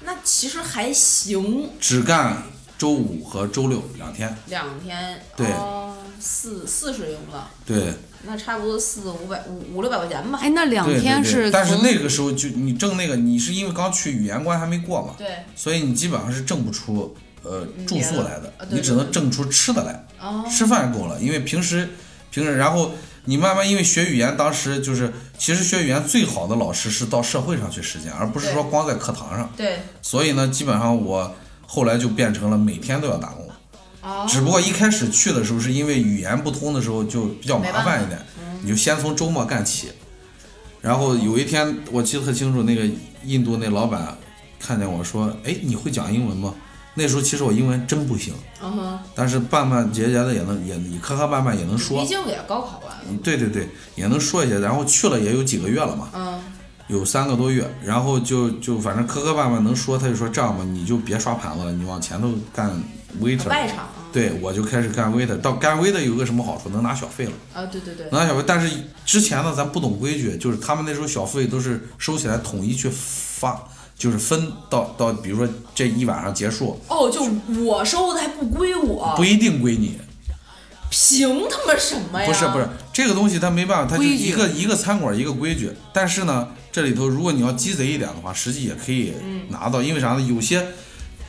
那其实还行，只干周五和周六两天。两天对哦四四十英镑，对那差不多四五百五五六百块钱吧。哎，那两对对天对，但是从那个时候就你挣那个，你是因为刚去语言关还没过嘛，对，所以你基本上是挣不出呃住宿来的啊，对你只能挣出吃的来，哦，吃饭够了，因为平时平时然后。你慢慢因为学语言，当时就是其实学语言最好的老师是到社会上去实践，而不是对说光在课堂上。对，所以呢，基本上我后来就变成了每天都要打工。哦，只不过一开始去的时候，是因为语言不通的时候就比较麻烦一点，你就先从周末干起。然后有一天我记得特清楚，那个印度那老板看见我说：“哎，你会讲英文吗？”那时候其实我英文真不行，嗯哼，但是半半节节的也能也也磕磕绊绊也能说毕，竟也高考完了，对对对，也能说一些。然后去了也有几个月了嘛，嗯，有三个多月，然后就就反正磕磕绊绊能说，他就说这样吧，你就别刷盘子了，你往前头干 waiter。外场啊，对，我就开始干 waiter。到干 waiter 有个什么好处？能拿小费了，啊，对对对，能拿小费。但是之前呢，咱不懂规矩，就是他们那时候小费都是收起来统一去发，就是分到到，比如说这一晚上结束，哦，就我收的还不归我，不一定归你。凭他妈什哎么呀？不是不是，，这个东西它没办法，它就规矩一个一个餐馆一个规矩。但是呢，这里头如果你要鸡贼一点的话，实际也可以拿到，因为啥呢？有些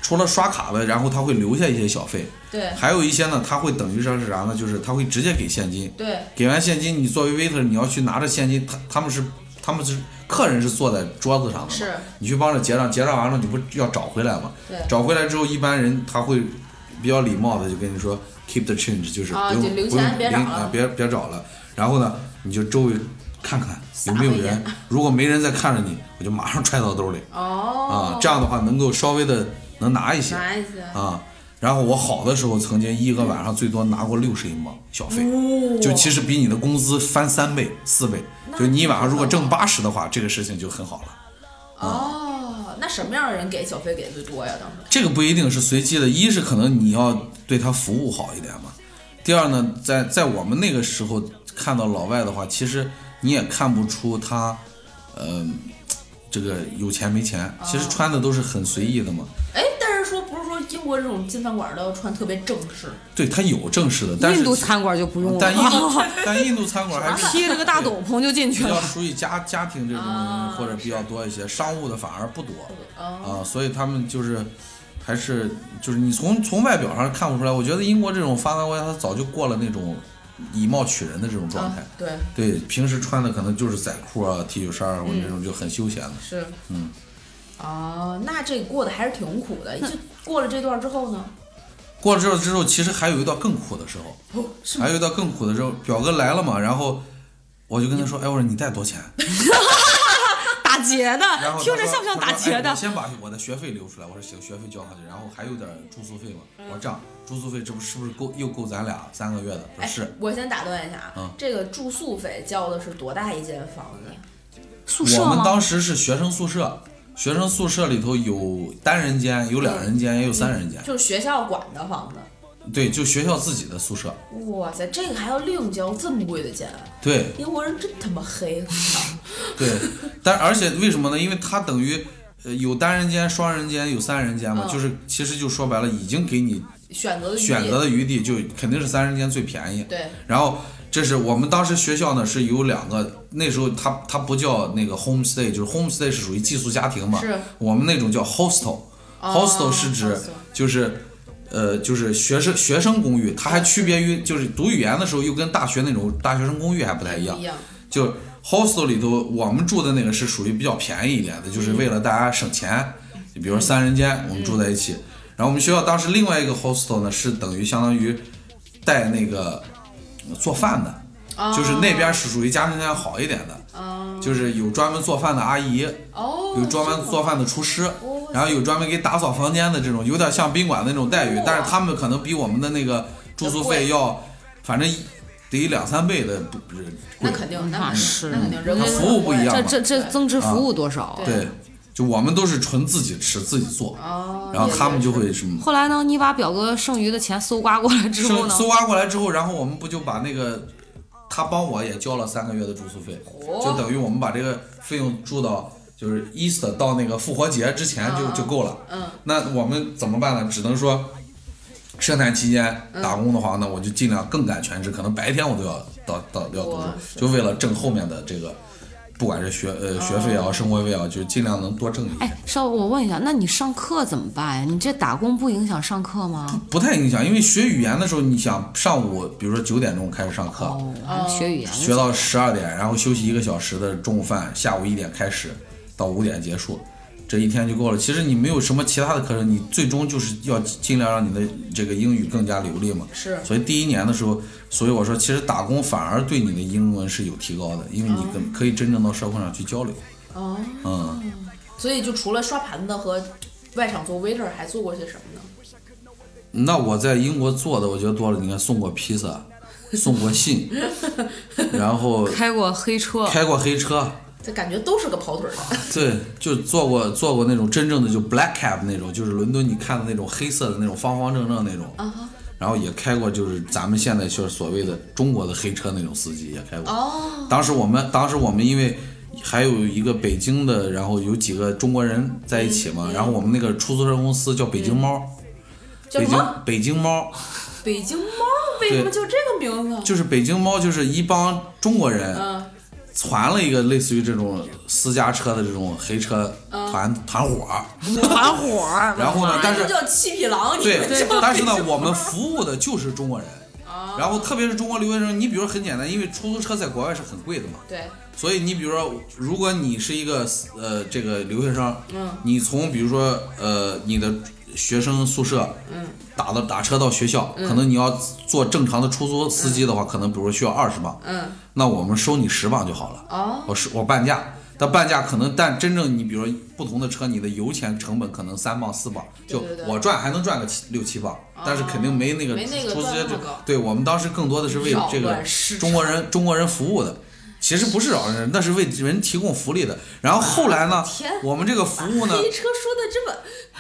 除了刷卡的，然后他会留下一些小费，对还有一些呢，他会等于说是啥呢？就是他会直接给现金。对，给完现金，你作为 waiter，你要去拿着现金，他他们是他们是客人是坐在桌子上的嘛，是你去帮着结账，结账完了你不要找回来吗？对找回来之后，一般人他会比较礼貌的就跟你说 keep the change，就是不啊用、就留不用钱别找零了啊别别找了。然后呢，你就周围看看有没有撒个人眼，如果没人在看着你，我就马上揣到兜里哦啊，，这样的话能够稍微的能拿一些啥意思啊？啊。然后我好的时候，曾经一个晚上最多拿过六十英镑小费。哦就其实比你的工资翻三倍、四倍。就你一晚上如果挣八十的话，这个事情就很好了。哦，那什么样的人给小费给的最多呀？当时这个不一定是随机的，一是可能你要对他服务好一点嘛。第二呢，在在我们那个时候看到老外的话，其实你也看不出他，呃，这个有钱没钱，啊其实穿的都是很随意的嘛。哎，但是说不是说英国这种进饭馆都要穿特别正式，对他有正式的，但是印度餐馆就不用了，但印 度但印度餐馆还是披着个大斗篷就进比去 较了。属于家家庭这种或者比较多一些，商务的反哦而不多啊，所以他们就是还是就是你从从外表上看不出来，我觉得英国这种发达国家，它早就过了那种以貌取人的这种状态。啊对，对，平时穿的可能就是仔裤啊、T 恤衫啊，或者这种就很休闲的。是，嗯，哦，那这过得还是挺苦 的。就过了这段之后呢，过了之后之后，其实还有一道更苦的时候，哦，是还有一道更苦的时候，表哥来了嘛，然后我就跟他说：“哎，我说你带多少钱？”打劫的然后，他听着说像不像打他说哎劫的我？先把我的学费留出来，我说行，学费交上去，然后还有点住宿费嘛。嗯我说这样，住宿费这不是不是够又够咱俩三个月的？不哎，是，我先打断一下嗯哎啊，这个住宿费交的是多大一间房子？宿舍我们吗？当时是学生宿舍，学生宿舍里头有单人间，有两人间，也有三人间。就是学校管的房子。对，就学校自己的宿舍。哇塞，这个还要另交这么贵的钱，啊对英国人真他妈黑！ 对，但而且为什么呢？因为它等于。呃，有单人间、双人间，有三人间嘛，嗯就是其实就说白了，已经给你选择的余地选择的余地，就肯定是三人间最便宜。对然后这是我们当时学校呢是有两个，那时候它它不叫那个 homestay，就是 homestay 是属于寄宿家庭嘛，是哦我们那种叫 hostel，hostel、hostel 是指 hostel 就是。呃，就是学生学生公寓，它还区别于就是读语言的时候又跟大学那种大学生公寓还不太一样一，样，就 hostel 里头，我们住的那个是属于比较便宜一点的，就是为了大家省钱。嗯你比如说三人间，我们住在一起。然后我们学校当时另外一个 hostel 呢，是等于相当于带那个呃做饭的，哦就是那边是属于家庭条件好一点的，就是有专门做饭的阿哦姨，有专门做饭的厨师，然后有专门给打扫房间的这种，有点像宾馆的那种待遇，但是他们可能比我们的那个住宿费要，反正得两三倍的不不是贵那，肯定，那嗯那肯定，是那肯定，人它工服务不一样啊这嘛，这这增值服务多少？啊对，就我们都是纯自己吃自己做，哦然后他们就会什么。后来呢，你把表哥剩余的钱搜刮过来之后搜呢？搜刮过来之后，然后我们不就把那个他帮我也交了三个月的住宿费，就等于我们把这个费用住到就是 Easter 到那个复活节之前就、就够了。嗯，那我们怎么办呢？只能说圣诞期间打工的话，那我就尽量更赶全职，可能白天我都要到到都要读书，就为了挣后面的这个。不管是学呃学费也好，生活费也啊好，就尽量能多挣一点。哎，稍我问一下，那你上课怎么办呀？你这打工不影响上课吗？不太影响，因为学语言的时候，你想上午，比如说九点钟开始上课，哦，还学语言呢学到十二点，然后休息一个小时的中午饭，下午一点开始，到五点结束，这一天就够了。其实你没有什么其他的课程，你最终就是要尽量让你的这个英语更加流利嘛。是所以第一年的时候，所以我说，其实打工反而对你的英文是有提高的，因为你跟可以真正到社会上去交流。哦，嗯，所以就除了刷盘子和外场做 waiter，还做过些什么呢？那我在英国做的，我觉得多了。你看，送过披萨，送过信，然后开过黑车， 开过黑 车。这感觉都是个跑腿儿 的，对，就坐过坐过那种真正的就 black cab 那种，就是伦敦你看的那种黑色的那种方方正正那种。嗯然后也开过，就是咱们现在就是所谓的中国的黑车那种司机也开过。哦。当时我们当时我们因为还有一个北京的，然后有几个中国人在一起嗯嘛，然后我们那个出租车公司叫北京猫，嗯叫北什京么？北京猫，北京猫？为什么叫这个名字？就是北京猫，就是一帮中国人，攒了一个类似于这种私家车的这种黑车团、团伙儿，团伙儿然后呢，但是这叫七匹狼，你对们叫，但是呢，我们服务的就是中国人。然后特别是中国留学生，你比如说很简单，因为出租车在国外是很贵的嘛， 对，所以你比如说，如果你是一个呃这个留学生，嗯你从比如说呃你的学生宿舍，嗯打到打车到学校，可能你要坐正常的出租司机嗯的话，可能比如说需要二十磅，那我们收你十磅就好了，哦我是我半价。但半价可能，但真正你比如说不同的车，你的油钱成本可能三磅四磅，就对对我赚还能赚个七六七磅，但是肯定没那个没那个出租赚那车么就高对我们当时更多的是为扰这个乱市中国人中国人服务的，其实不是扰人，那是为人提供福利的。然后后来呢天，我们这个服 务呢，黑车说的这么，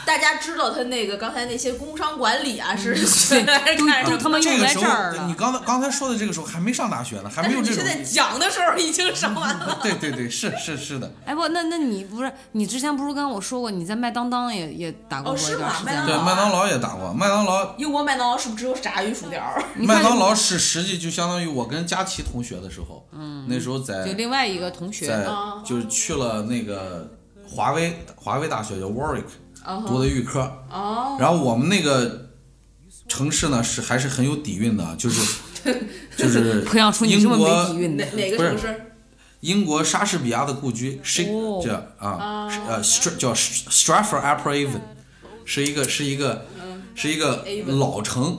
大家知道他那个刚才那些工商管理啊嗯是学来都看都什哎他么？妈啊这用个来时这儿候你了。刚才刚才说的这个时候还没上大学呢，还但没是有你这 种现。在讲的时候已经上完 了，对对对，是是是的，哎不，那那你不是你之前不是跟我说过你在麦当当也也打工哦过是一段吗时麦间当对吗？麦当劳也打过，麦当劳英国麦当劳是不是只有炸鱼薯条儿？你看麦当劳是实际就相当于我跟佳琪同学的时候，嗯，那时候在就另外一个同学在就是去了那个华威华威大学叫 Warwick 嗯啊读的预科，然后我们那个城市呢是还是很有底蕴的，就是就是 培养出你英这么国没底蕴的哪，哪个不是城市？英国莎士比亚的故居 s h a k 哦这啊是呃 Stra- 叫 Stratford upon Avon，是一个是一个是一个 Avon 老城，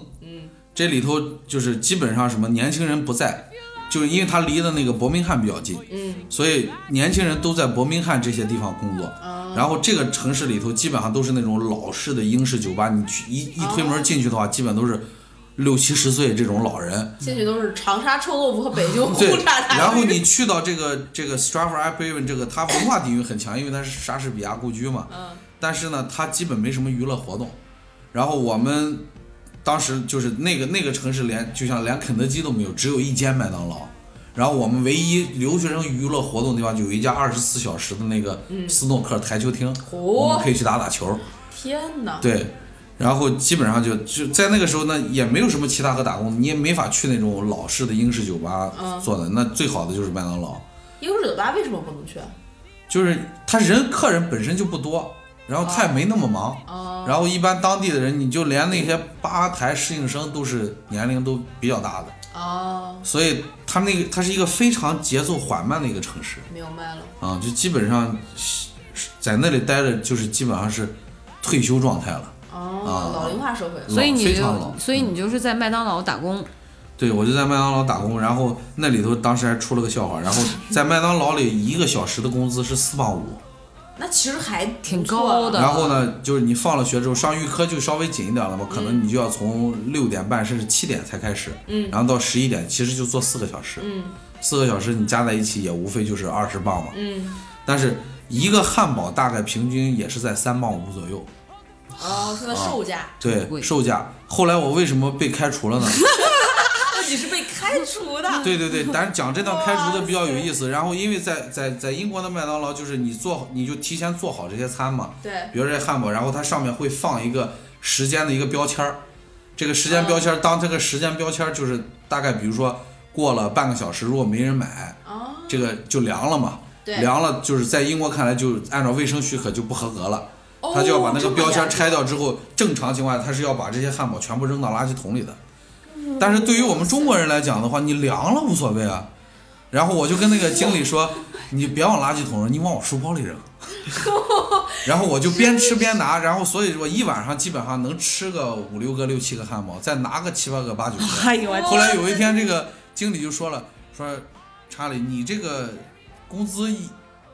这里头就是基本上什么年轻人不在，就是因为它离的那个伯明翰比较近，所以年轻人都在伯明翰这些地方工作。然后这个城市里头基本上都是那种老式的英式酒吧，你去一一推门进去的话，基本都是六七十岁这种老人，进去都是长沙臭豆腐和北京 对轰炸，大鱼。然后你去到这个这个 Stratford Avon 这个，它文化底蕴很强，因为它是莎士比亚故居嘛。嗯。但是呢，它基本没什么娱乐活动。然后我们当时就是那个那个城市连就像连肯德基都没有，只有一间麦当劳。然后我们唯一留学生娱乐活动的地方有一家二十四小时的那个嗯斯诺克台球厅，我们可以去打打球。天哪！对，然后基本上就就在那个时候呢，也没有什么其他可打工，你也没法去那种老式的英式酒吧做的，那最好的就是麦当劳，英式酒吧为什么不能去？就是他人客人本身就不多，然后他也没那么忙，哦然后一般当地的人，你就连那些吧台侍应生都是年龄都比较大的，哦，所以他们那个它是一个非常节奏缓慢的一个城市明白了。啊，就基本上是是在那里待着就是基本上是退休状态了。哦，老龄化社会，所以老你非就常老，所以你就是在麦当劳打工，对，我就在麦当劳打工，然后那里头当时还出了个笑话，然后在麦当劳里一个小时的工资是四磅五，那其实还不挺错啊高的然后呢，就是你放了学之后上预科就稍微紧一点了嘛，可能你就要从六点半甚至七点才开始，嗯，然后到十一点其实就做四个小时，嗯，四个小时你加在一起也无非就是二十磅嘛，嗯，但是一个汉堡大概平均也是在三磅五左右，哦，它的售价，对，贵售价。后来我为什么被开除了呢？那你是被开除 的。 对对对，咱讲这段开除的比较有意思。然后因为在在在英国的麦当劳，就是你做你就提前做好这些餐嘛，对，比如这汉堡，然后它上面会放一个时间的一个标签儿，这个时间标签儿，当这个时间标签儿就是大概比如说过了半个小时，如果没人买，这个就凉了嘛，对凉了就是在英国看来就按照卫生许可就不合格了。哦他就要把那个标签拆掉之后，正常情况下他是要把这些汉堡全部扔到垃圾桶里的。但是对于我们中国人来讲的话，你凉了无所谓啊。然后我就跟那个经理说：“你别往垃圾桶扔，你往我书包里扔。”然后我就边吃边拿，然后所以说一晚上基本上能吃个五六个、六七个汉堡，再拿个七八个、八九个。哎 呦 我后来有一天，这个经理就说了：“说查理，你这个工资一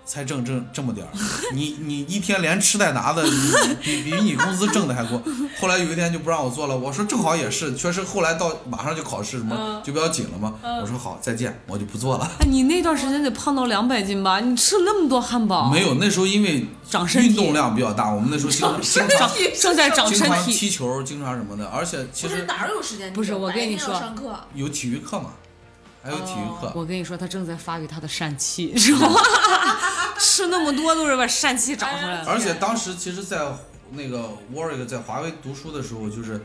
才挣挣这么点儿， 你你一天连吃带拿的，你比比你工资挣的还多。” 后来有一天就不让我做了，我说正好也是，确实后来到马上就考试什嗯么就比较紧了嘛，我说好再见，我就不做了。哎，你那段时间得胖到两百斤吧？你吃了那么多汉堡，没有，那时候因为长身体运动量比较大，我们那时候经常经长常正在长经身常体。踢球，经常什么的，而且其不是实哪儿有时间？不是我跟你白天说要上课有体育课嘛，还有体育课。我跟你说，他正在发育他的疝气，知道吗？ 吃那么多都是把疝气长出来了。而啊且当时其实，在那个 Warwick 在华为读书的时候，就是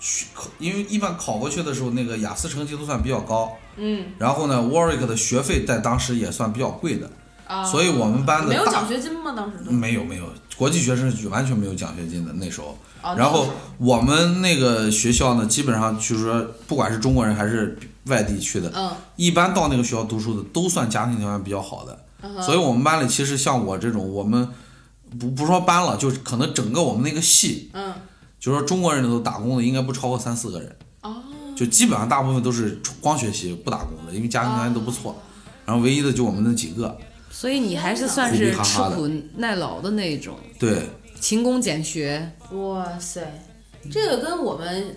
去考，因为一般考过去的时候，那个雅思成绩都算比较高。嗯。然后呢，Warwick 的学费在当时也算比较贵的，啊所以我们班的哦没有大嗯奖学金吗？当时都没有没有，国际学生是完全没有奖学金的那时候。哦然后我们那个学校呢，基本上就是说，不管是中国人还是外地去的，嗯一般到那个学校读书的都算家庭条件比较好的。所以我们班里其实像我这种，我们不不说班了，就是可能整个我们那个系，嗯，就说中国人里头打工的应该不超过三四个人。哦，就基本上大部分都是光学习不打工的，因为家庭条件都不错。然后唯一的就我们那几个，所以你还是算是吃苦耐劳的那种，对，勤工俭学。哇塞，这个跟我们。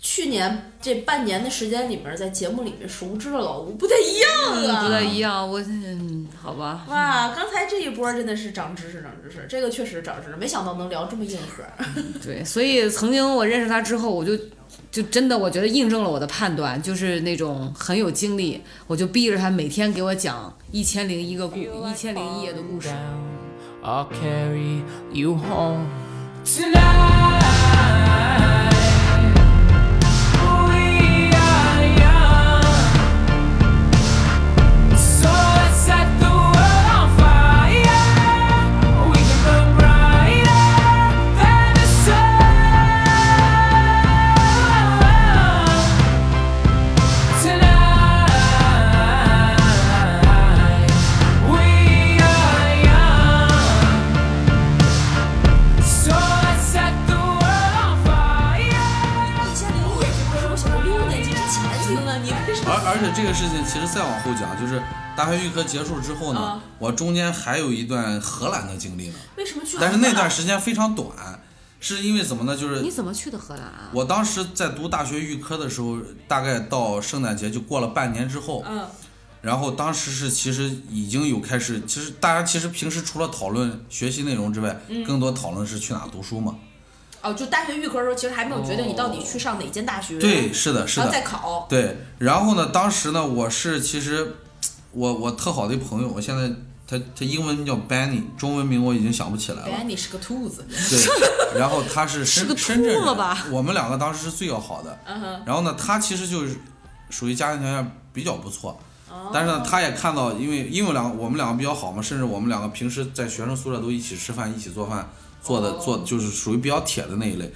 去年这半年的时间里面，在节目里面熟知的老吴不太一样啊！不太一样，我嗯，好吧，哇，刚才这一波真的是长知识，长知识，这个确实长知识，没想到能聊这么硬核。对，所以曾经我认识他之后，我就就真的我觉得印证了我的判断，就是那种很有精力，我就逼着他每天给我讲一千零一个故一千零一夜的故事。 down, I'll carry you home tonight. We are young, so let's set the world on fire. We can burn brighter than the sun tonight. We are young, so let's set the world on fire. 一千零一夜这不是我小时候溜达这是前听了，你为什么？而而且这个事情其实再往后讲，就是大学预科结束之后呢，我中间还有一段荷兰的经历呢，为什么去？但是那段时间非常短，是因为怎么呢？就是你怎么去的荷兰啊？我当时在读大学预科的时候，大概到圣诞节就过了半年之后，嗯，然后当时是其实已经有开始，其实大家其实平时除了讨论学习内容之外，更多讨论是去哪读书嘛。哦，就大学预科的时候，其实还没有决定你到底去上哪间大学，对，是的，是然的后。再考。对，然后呢，当时呢，我是其实我我特好的一朋友，我现在他他英文名叫 Benny，中文名我已经想不起来了。哎，你是个兔子，对，然后他是深个深圳秃了人吧我们两个当时是最要好的。然后呢，他其实就是属于家庭条件比较不错，但是呢，他也看到，因为因为两个我们两个比较好嘛，甚至我们两个平时在学生宿舍都一起吃饭，一起做饭。做的做就是属于比较铁的那一类。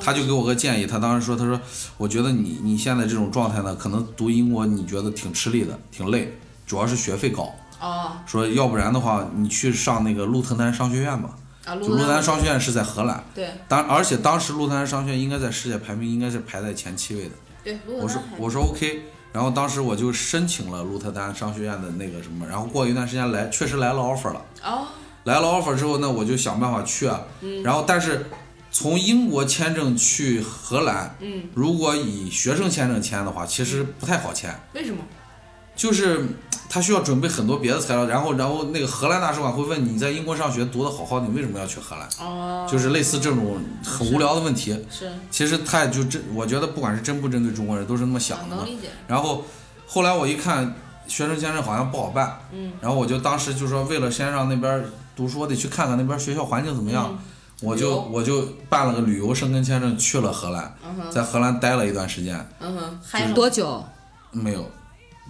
他就给我个建议，他当时说，他说，我觉得你你现在这种状态呢，可能读英国你觉得挺吃力的，挺累，主要是学费高。哦说要不然的话，你去上那个鹿特丹商学院吧。啊，就鹿特丹商学院是在荷兰，对当而且当时鹿特丹商学院应该在世界排名应该是排在前七位的。对，我说我说 OK，然后当时我就申请了鹿特丹商学院的那个什么，然后过一段时间来，确实来了 offer 了。哦来了 offer 之后呢，我就想办法去啊。然后但是从英国签证去荷兰，嗯，如果以学生签证签的话，其实不太好签，为什么？就是。他需要准备很多别的材料，然后，然后那个荷兰大使馆会问你在英国上学读的好好的，你为什么要去荷兰？哦，就是类似这种很无聊的问题。是啊其实他也就针，我觉得不管是针不针对中国人，都是那么想的嘛能。理解。然后后来我一看学生签证好像不好办，嗯，然后我就当时就说为了先让那边读书，我得去看看那边学校环境怎么样，嗯我旅就游我就办了个旅游生根签证去了荷兰，在荷兰待了一段时间，嗯哼，还有多久？没有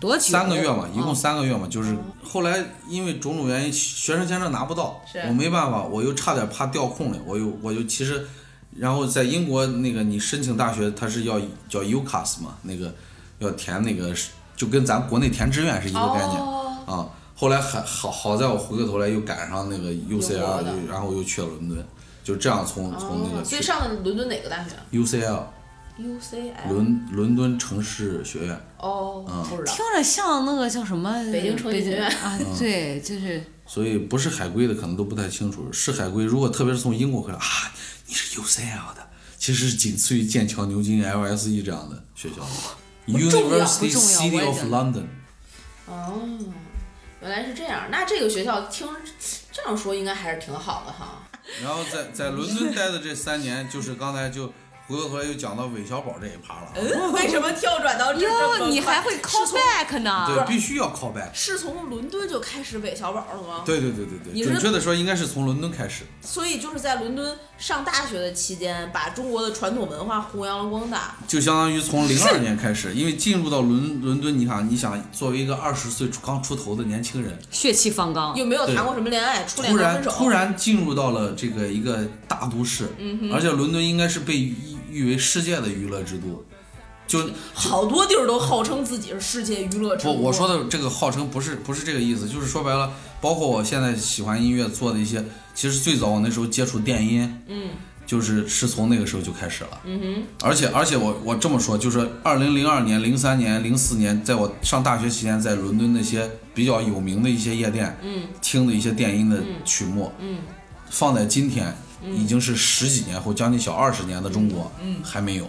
多久？三个月嗯嘛，一共哦三个月嘛，就是后来因为种种原因，学生签证拿不到是，我没办法，我又差点怕掉空了，我又我又其实，然后在英国那个你申请大学，它是要叫 UCAS 嘛，那个要填那个是就跟咱国内填志愿是一个概念、哦哦啊。后来还好好在我回过头来又赶上那个 UCL，的又然后又去了伦敦，就这样从嗯从那个哦所以去上的伦敦哪个大啊学 UCL ？UCL 伦嗯伦敦城市学院。哦，不知道。听着像那个叫什么北京城里学院啊，嗯 对，就是所以不是海归的可能都不太清楚，是海归，如果特别是从英国回来啊，你是 UCL 的，其实是仅次于剑桥、牛津、LSE 这样的学校。University 不重要 City 我也 of 觉得 London，哦，原来是这样。那这个学校听这样说应该还是挺好的哈。然后在在伦敦待的这三年，就是刚才就回过头来又讲到韦小宝这一趴了啊，嗯为什么跳转到这这么哟，快你还会 call back 呢？对，必须要 call back。是从伦敦就开始韦小宝了吗？对对对对对，是准确的说应该是从伦敦开始，所以就是在伦敦上大学的期间，把中国的传统文化弘扬了光大。就相当于从零二年开始，因为进入到伦伦敦，你看，你想作为一个二十岁出刚出头的年轻人，血气方刚，有没有对谈过什么恋爱？初恋突和然分手？突然进入到了这个一个大都市，嗯而且伦敦应该是被誉誉为世界的娱乐之都。就好多地儿都号称自己是世界娱乐之不，都。我说的这个号称不是不是这个意思，就是说白了，包括我现在喜欢音乐做的一些，其实最早我那时候接触电音，嗯，就是是从那个时候就开始了，嗯哼。而且而且我我这么说，就是二零零二年、零三年、零四年，在我上大学期间，在伦敦那些比较有名的一些夜店，嗯，听的一些电音的曲目，嗯，放在今天。已经是十几年后，将近小二十年的中国，嗯，还没有，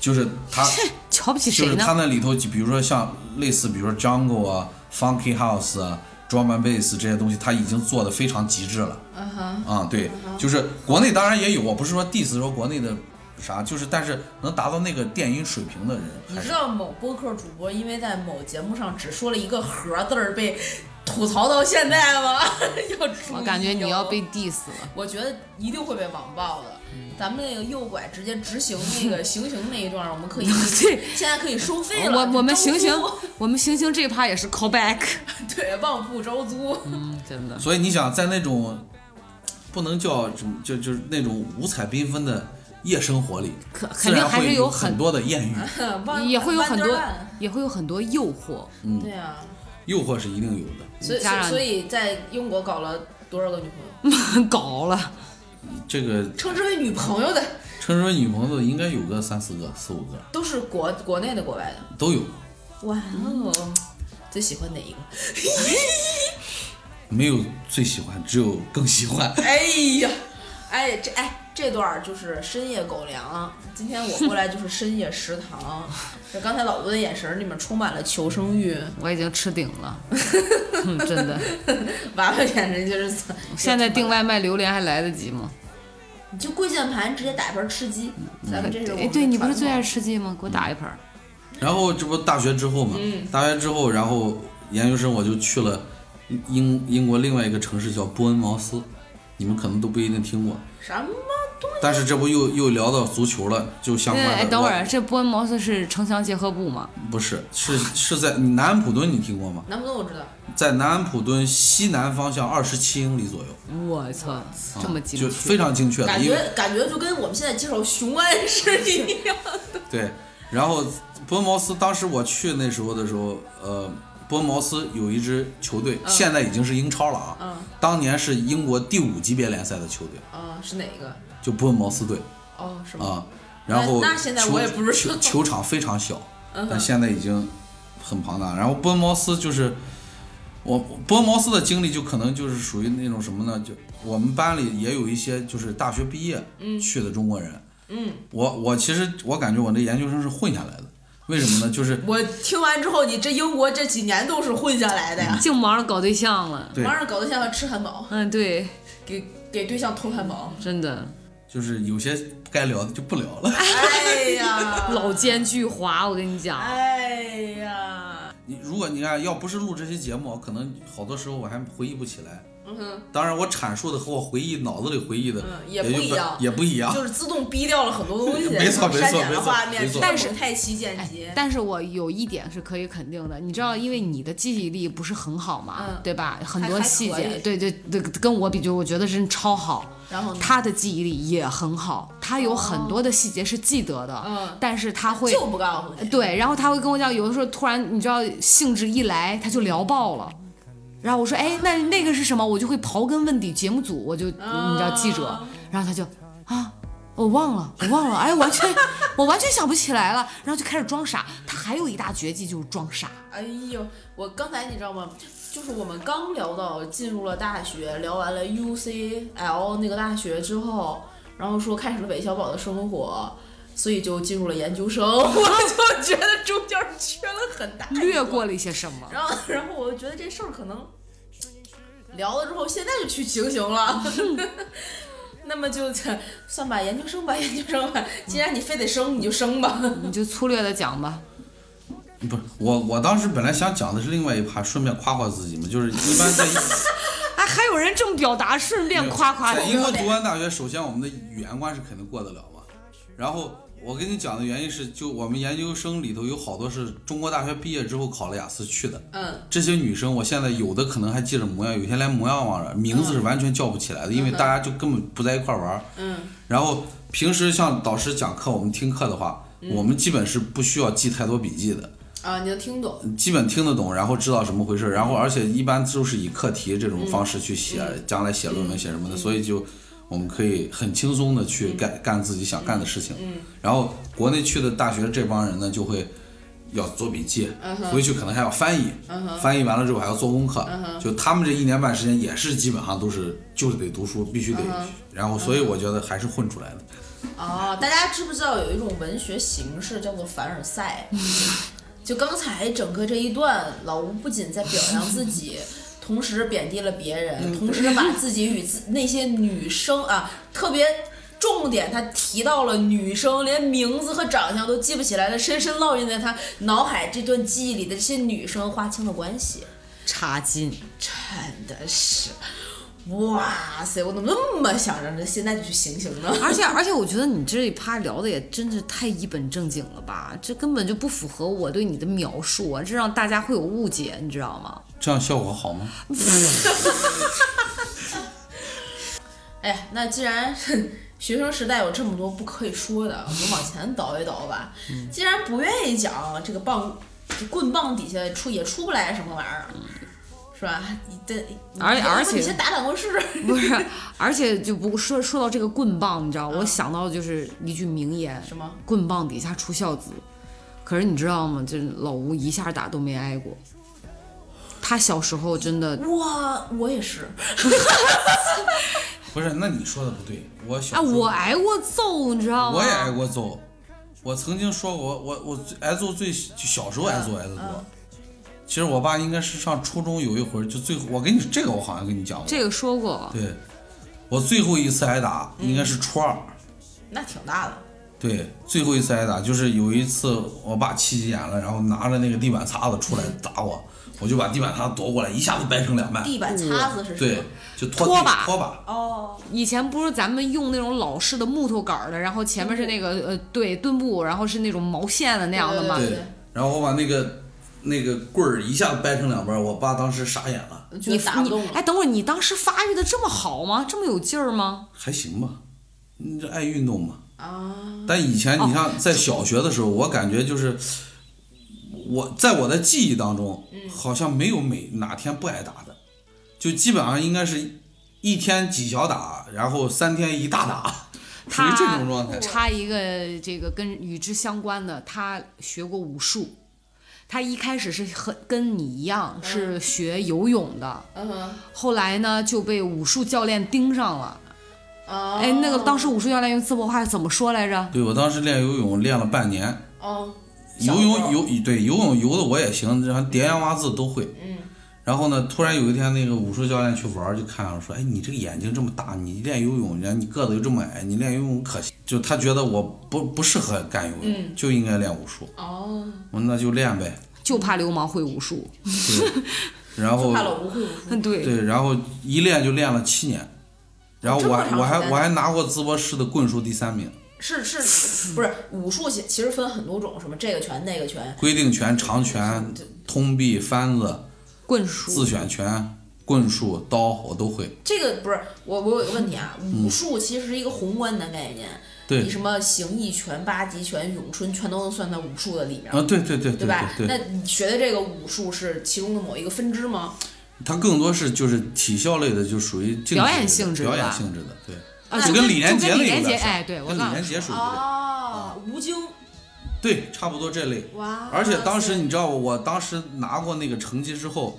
就是它瞧不起就谁是他呢？那里头，就比如说像类似，比如说 Jungle 啊、Funky House 啊、Drum and Bass 这些东西，他已经做的非常极致了。嗯啊、对，就是国内当然也有，我不是说 diss 说国内的啥，就是但是能达到那个电音水平的人，你还知是道某播客主播因为在某节目上只说了一个“盒”字儿被吐槽到现在吗？ 要注意我感觉你要哦被嗯 diss 了。我觉得一定会被网暴的。咱们那个右拐直接直行那个行刑那一段儿，我们可以 对现在可以收费了。我我们招行租行，我们行行这一趴也是 call back，对，旺铺招租。嗯，真的。所以你想在那种不能叫什么，就就是那种五彩缤纷的夜生活里，可自肯定然还会是有很很多的艳遇， 万嗯也会有很万多德万也会有很多诱惑，对啊，诱惑是一定有的。所以所以加上所以在英国搞了多少个女朋友？搞了。这个称之为女朋友的称之为女朋友的应该有个三四个、四五个都是国国内的、国外的。都有，哇哦，最喜欢哪一个？没有最喜欢，只有更喜欢。 哎呀，哎这哎这段儿就是深夜狗粮。今天我过来就是深夜食堂。这刚才老吴的眼神儿里面充满了求生欲，我已经吃顶了，嗯，真 的。娃娃眼神就是。现在订外卖榴莲还来得及吗？你就跪键盘直接打一盘吃鸡，咱们这是我哎，们对你不是传统最爱吃鸡吗？给我打一盘儿。然后这不大学之后嘛，嗯大学之后，然后研究生我就去了哦英英国另外一个城市叫波恩茅斯，你们可能都不一定听过。什么东但是这不又又聊到足球了，就相对，关的。哎，等会儿，这波恩茅斯是城乡结合部吗？不是，是是在南安普敦，你听过吗？南普顿我知道，在南安普敦西南方向二十七英里左右，我操，啊这么精确，就非常精确的感一个觉嗯感觉就跟我们现在介绍雄安是一样。对，然后伯恩茅斯当时我去那时候的时候，呃，伯恩茅斯有一支球队，现在已经是英超了啊，嗯当年是英国第五级别联赛的球队，啊，是哪个？就伯恩茅斯队哦，是吗？啊。然后那现在我也不嗯知道球球球场非常小，但现在已经很庞大。然后伯恩茅斯就是我伯恩茅斯的经历，就可能就是属于那种什么呢？就我们班里也有一些就是大学毕业去的中国人。嗯，我我其实我感觉我这研究生是混下来的，为什么呢？就是我听完之后，你这英国这几年都是混下来的呀，净忙着搞对象了。嗯对，忙着搞对象要吃汉堡，嗯，对，给给对象偷汉堡。真的就是有些该聊的就不聊了。哎呀，老奸巨猾，我跟你讲，哎呀，你如果你看，要不是录这期节目，可能好多时候我还回忆不起来。嗯当然，我阐述的和我回忆脑子里回忆的、嗯也也就不一样也不一样。就是自动逼掉了很多东西，啊 没错没错删减了画没面错，但是太奇剪辑。但是我有一点是可以肯定的，你知道，因为你的记忆力不是很好嘛，嗯对吧？很还多还细可节，以对对对，跟我比就我觉得真超好。然后呢他的记忆力也很好，他有很多的细节是记得的，嗯但是他会就不告诉你，对，然后他会跟我讲，有的时候突然你知道兴致一来，他就聊爆了。然后我说，哎，那那个是什么？我就会刨根问底，节目组我就、你知道记者，然后他就啊，我忘了，我忘了，哎，完全我完全想不起来了，然后就开始装傻。他还有一大绝技就是装傻，哎呦，我刚才你知道吗？就是我们刚聊到进入了大学，聊完了 UCL 那个大学之后，然后说开始了韦小宝的生活，所以就进入了研究生。 我就觉得中间缺了很大一段略过了一些什么。然后， 然后我就觉得这事儿可能聊了之后，现在就去行刑了。 那么就算吧，研究生吧，研究生吧。既然你非得生，你就生吧。你就粗略的讲吧，不是我，我当时本来想讲的是另外一趴，顺便夸夸自己嘛，就是一般在哎，还有人这么表达，顺便夸夸在你英国读完大学，首先我们的语言关是肯定过得了嘛。然后我跟你讲的原因是，就我们研究生里头有好多是中国大学毕业之后考了雅思去的，嗯，这些女生我现在有的可能还记着模样，有些连模样忘了，名嗯字是完全叫不起来的，因为大家就根本不在一块儿玩。嗯，然后平时像导师讲课，我们听课的话，嗯我们基本是不需要记太多笔记的。啊，你能听懂？基本听得懂，然后知道什么回事，然后而且一般都是以课题这种方式去写，将来写论文写什么的，所以就我们可以很轻松的去干、干自己想干的事情。然后国内去的大学这帮人呢，就会要做笔记，回去可能还要翻译，翻译完了之后还要做功课，就他们这一年半时间也是基本上都是就是得读书，必须得，然后所以我觉得还是混出来的。哦，大家知不知道有一种文学形式叫做凡尔赛？就刚才整个这一段，老吴不仅在表扬自己，同时贬低了别人，同时把自己与自那些女生啊，特别重点他提到了女生连名字和长相都记不起来的，深深烙印在他脑海这段记忆里的这些女生划清了关系。差劲。真的是，哇塞，我怎么那么想让人现在就去行刑呢？ 而且而且，我觉得你这一趴聊的也真是太一本正经了吧？这根本就不符合我对你的描述啊，这让大家会有误解，你知道吗？ 这样效果好吗？哎，那既然 学生时代有这么多不可以说的，我们往前倒一倒吧。嗯既然不愿意讲这个棒，这棍棒底下出也出不来什么玩意儿，是吧？你这，嗯而你而要不你且先打打工试试。不是，而且就不说说到这个棍棒，你知道，嗯我想到就是一句名言，什么？棍棒底下出孝子。可是你知道吗？这老吴一下打都没挨过。他小时候真的，我我也是，不是，那你说的不对，我小哎，时候我挨过揍，你知道吗？我也挨过揍，我曾经说过，我我最挨揍最小时候挨揍挨得多。其实我爸应该是上初中有一回，就最后我跟你这个我好像跟你讲过，这个说过，对我最后一次挨打应该是初二，那挺大的。对，最后一次挨打就是有一次我爸气急眼了，然后拿着那个地板擦子出来打我，我就把地板擦子夺过来，一下子掰成两半。地板擦子是什对么？，就拖拖地把拖把，哦，以前不是咱们用那种老式的木头杆儿的，然后前面是那个呃对墩布，然后是那种毛线的那样的嘛。对。然后我把那个那个棍儿一下子掰成两半儿，我爸当时傻眼了，就你打不动你哎，了。等会儿你当时发育的这么好吗？这么有劲儿吗？还行吧，你这爱运动嘛。啊，但以前你像在小学的时候，我感觉就是我在我的记忆当中，好像没有每哪天不挨打的，就基本上应该是一天几小打，然后三天一大打，属于他这种状态。插一个这个跟与之相关的，他学过武术，他一开始是很跟你一样是学游泳的，嗯哼，后来呢就被武术教练盯上了。哦，哎，那个当时武术教练用淄博话怎么说来着？对我当时练游泳练了半年，哦，游小时候泳游对游泳游的我也行，然后叠洋蛙字都会。嗯然后呢，突然有一天，那个武术教练去玩儿，就看了说：“哎，你这个眼睛这么大，你练游泳，然后你个子又这么矮，你练游泳可惜。”就他觉得我不不适合干游泳，嗯就应该练武术。哦，我说那就 练呗。就怕流氓会武术。 对，然后怕老吴会武术，对，对，然后一练就练了七年，然后这我么还长我时还间我还拿过淄博市的棍术第三名，是是，不是武术其其实分很多种，什么这个拳那个拳，规定拳、长拳、通臂、翻子、棍术自选拳、棍术、刀我都会。这个不是我我有一个问题啊，嗯武术其实是一个宏观的概念，你对，什么形意拳、八极拳、咏春全都能算在武术的里边啊，儿，对对对对吧？对对，那你学的这个武术是其中的某一个分支吗？它更多是就是体校类的，就属于竞技类的表演性质的表演吧性质的，对。啊，就就跟跟李连杰就那跟个有李连杰，点像哎，对我跟李刚哦连杰属于的，啊，吴京，啊对，差不多这类。哇！而且当时塞你知道，我当时拿过那个成绩之后，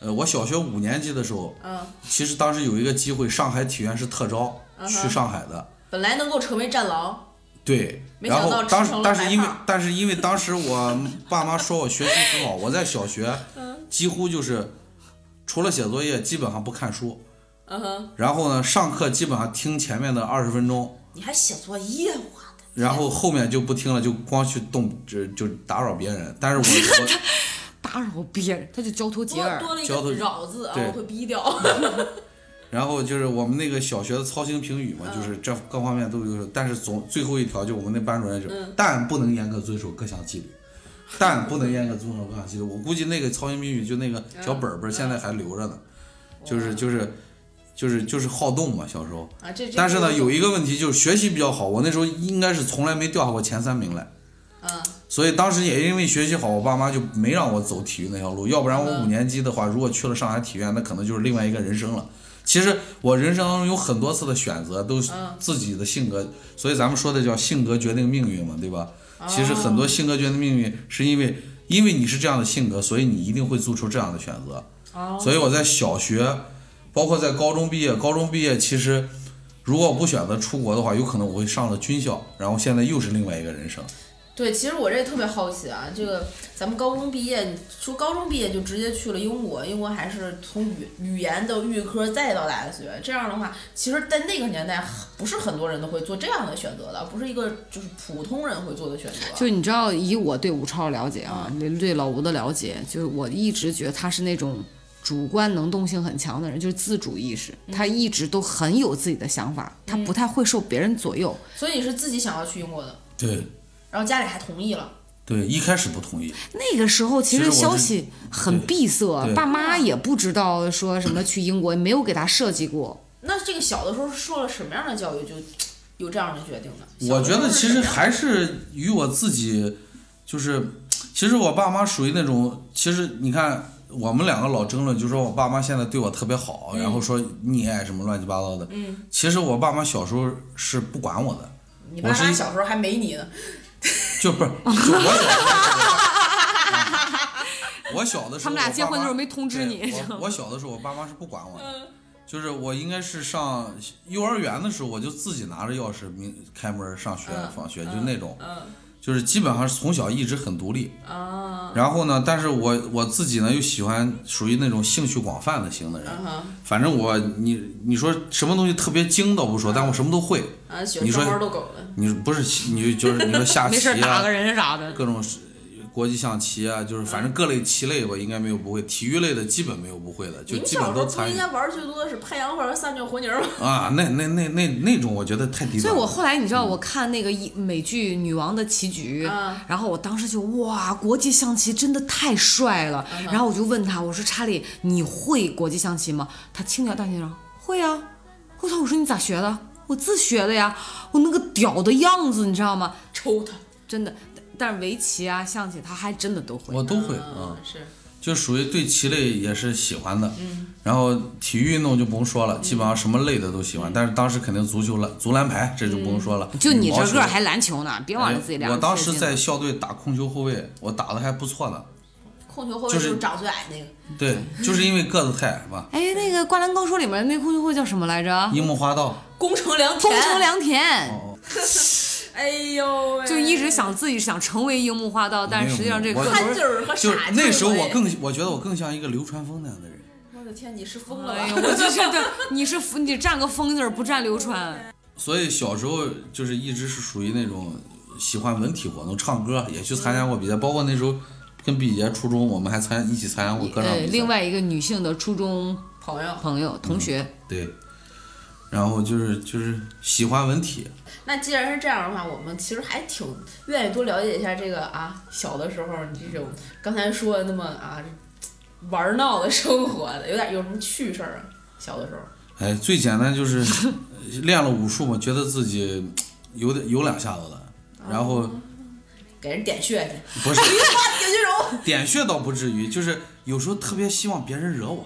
呃，我小学五年级的时候，嗯，其实当时有一个机会，上海体院是特招嗯哼去上海的，本来能够成为战狼，对。没然想后到当吃时成了但是白因为胖但是因为当时我爸妈说我学习很好，我在小学嗯几乎就是除了写作业基本上不看书，嗯哼，然后呢上课基本上听前面的二十分钟，你还写作业，我的然后后面就不听了，就光去动，就就打扰别人。但 是我我打扰别人，他就交头接多耳。多了一交头个扰字啊，对我会逼掉。然后就是我们那个小学的操行评语嘛，就是这各方面都有，但是总最后一条就我们那班主任就是，但不能严格遵守各项纪律，但不能严格遵守各项纪律。我估计那个操行评语就那个小本本儿现在还留着呢，就是就是就是就是好动嘛，小时候。 啊，这这但是呢，这有一个问题就是学习比较好，我那时候应该是从来没掉下过前三名来。嗯所以当时也因为学习好，我爸妈就没让我走体育那条路，要不然我嗯五年级的话，如果去了上海体院，那可能就是另外一个人生了。其实我人生当中有很多次的选择，都是嗯自己的性格，所以咱们说的叫性格决定命运嘛，对吧？其实哦很多性格决定命运，是因为因为你是这样的性格，所以你一定会做出这样的选择。哦所以我在小学，包括在高中毕业，高中毕业其实如果我不选择出国的话，有可能我会上了军校，然后现在又是另外一个人生。对，其实我这也特别好奇啊，这个咱们高中毕业，你说高中毕业就直接去了英国，英国还是从语语言的预科再到大学，这样的话，其实，在那个年代，不是很多人都会做这样的选择的，不是一个就是普通人会做的选择。就你知道，以我对武超的了解啊，对老吴的了解，就是我一直觉得他是那种主观能动性很强的人，就是自主意识，他一直都很有自己的想法，他不太会受别人左右。所以你是自己想要去英国的，对，然后家里还同意了，对，一开始不同意，那个时候其其实实我是消息很闭塞对，爸妈也不知道说什么去英国，没有给他设计过。那这个小的时候受了什么样的教育，就有这样的决定呢？我觉得其小的实时候是什么样的还是与我自己，就是，其实我爸妈属于那种，其实你看我们两个老争论，就说我爸妈现在对我特别好，然嗯后说溺爱什么乱七八糟的。嗯。其实我爸妈小时候是不管我的，你爸我是妈一小时候还没你呢，就 不是就我小时候。我小的时候，他们俩结婚的时候没通通知你，嗯我我小的时候，我爸妈是不管我的，就是我应该是上嗯幼儿园的时候，我就自己拿着钥匙明开门上学放学，就那种。嗯就是基本上是从小一直很独立啊然后呢，但是我我自己呢又喜欢属于那种兴趣广泛的型的人，嗯反正我你你说什么东西特别精倒不说，但我什么都会。啊，喜你欢说抓猫逗狗的，你不是你就是你说下 没事棋儿打啊个，人啥的。各种是国际象棋啊，就是反正各类棋类吧，应该没有不会。体育类的基本没有不会的，就你们基小本时候都不参应与该玩儿最多的是拍洋花和撒尿和泥儿吗？ 啊。那那那那那种我觉得太低所端以了。我后来你知道，我看那个一美剧《女王的棋局》嗯啊然后我当时就哇，国际象棋真的太帅了。嗯然后我就问他，我说查理，你会国际象棋吗？他轻描淡写地说会啊。我操！我说你咋学的？我自学的呀。我那个屌的样子，你知道吗？抽他！真的。但但是围棋啊、象棋，他还真的都会。我都会嗯嗯啊，是就属于对棋类也是喜欢的。嗯然后体育运动就不用说了，基本上什么类的都喜欢。但是当时肯定足球篮、足篮排这就不用说了。嗯就你羽毛这球哎个儿还篮球呢，别往这自己脸我上贴金当了。时在校队打控球后卫，我打的还不错呢。控球后卫就就是是长最矮那个，嗯对，就是因为个子太矮嘛。哎，那个《灌篮高手》里面那空军会叫什么来着？樱木花道，宫城良田，宫城，良田。哦，哎呦喂，就一直想自己想成为樱木花道，但是实际上这没有可我能憨劲儿和就是傻劲儿。那时候我更，我觉得我更像一个流川枫那样的人。我的天，你是疯了哎呀，吧？ 我就觉得你是服你占个风字儿不占流川，所以小时候就是一直是属于那种喜欢文体活动，唱歌也去参加过比赛，包括那时候跟毕节初中我们还参一起参加过歌唱呃比，赛。另外一个女性的初中朋友朋友同学，对，然后就是就是喜欢文体，那既然是这样的话，我们其实还挺愿意多了解一下这个啊，小的时候你这种刚才说的那么啊玩儿闹的生活的，有点有什么趣事儿啊？小的时候，哎，最简单就是 练了武术嘛，觉得自己有点有两下子了，然后哦给人点穴去，不是点穴揉，点穴倒不至于，就是有时候特别希望别人惹我。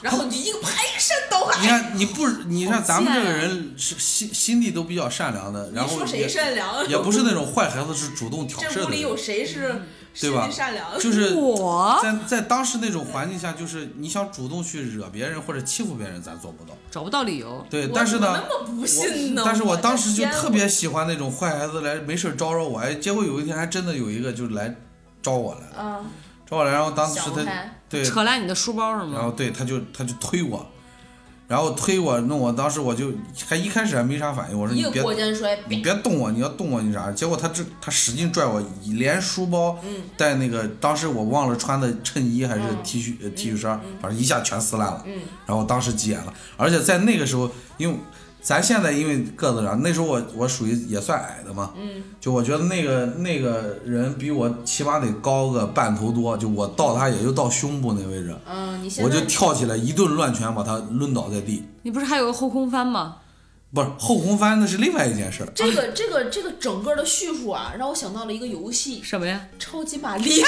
然后你就一个排山倒海。你看，你不，你看咱们这个贱啊人是心心地都比较善良的，然你后说谁也善良？也不是那种坏孩子，是主动挑事这的屋里有人，谁是对心吧地善良？的？就是我在在当时那种环境下，就是你想主动去惹别人或者欺负别人，咱做不到。找不到理由。对，我但是呢，怎么那么不信呢我？但是我当时就的天特别喜欢那种坏孩子来没事招惹我，哎，结果有一天还真的有一个就来招我来了，啊，招我来，然后当时想不他开，对，扯烂你的书包是然吗后？对他就他就推我，然后推我弄我，当时我就还一开始还没啥反应，我说一你个别过肩摔，啪你别动我，你要动我你啥？结果他这他使劲拽我，连书包带那个当时我忘了穿的衬衣还是 T 恤、呃 T 恤衫，反正一下全撕烂了。然后我当时急眼了，而且在那个时候，因为咱现在因为个子长，那时候我我属于也算矮的嘛，就我觉得那个那个人比我起码得高个半头多，就我到他也就到胸部那位置，嗯，你现我在就跳起来一顿乱拳把他抡倒在地。你不是还有个后空翻吗？不是后空翻，那是另外一件事儿。这个这个这个整个的叙述啊，让我想到了一个游戏《什么呀？超级玛丽》，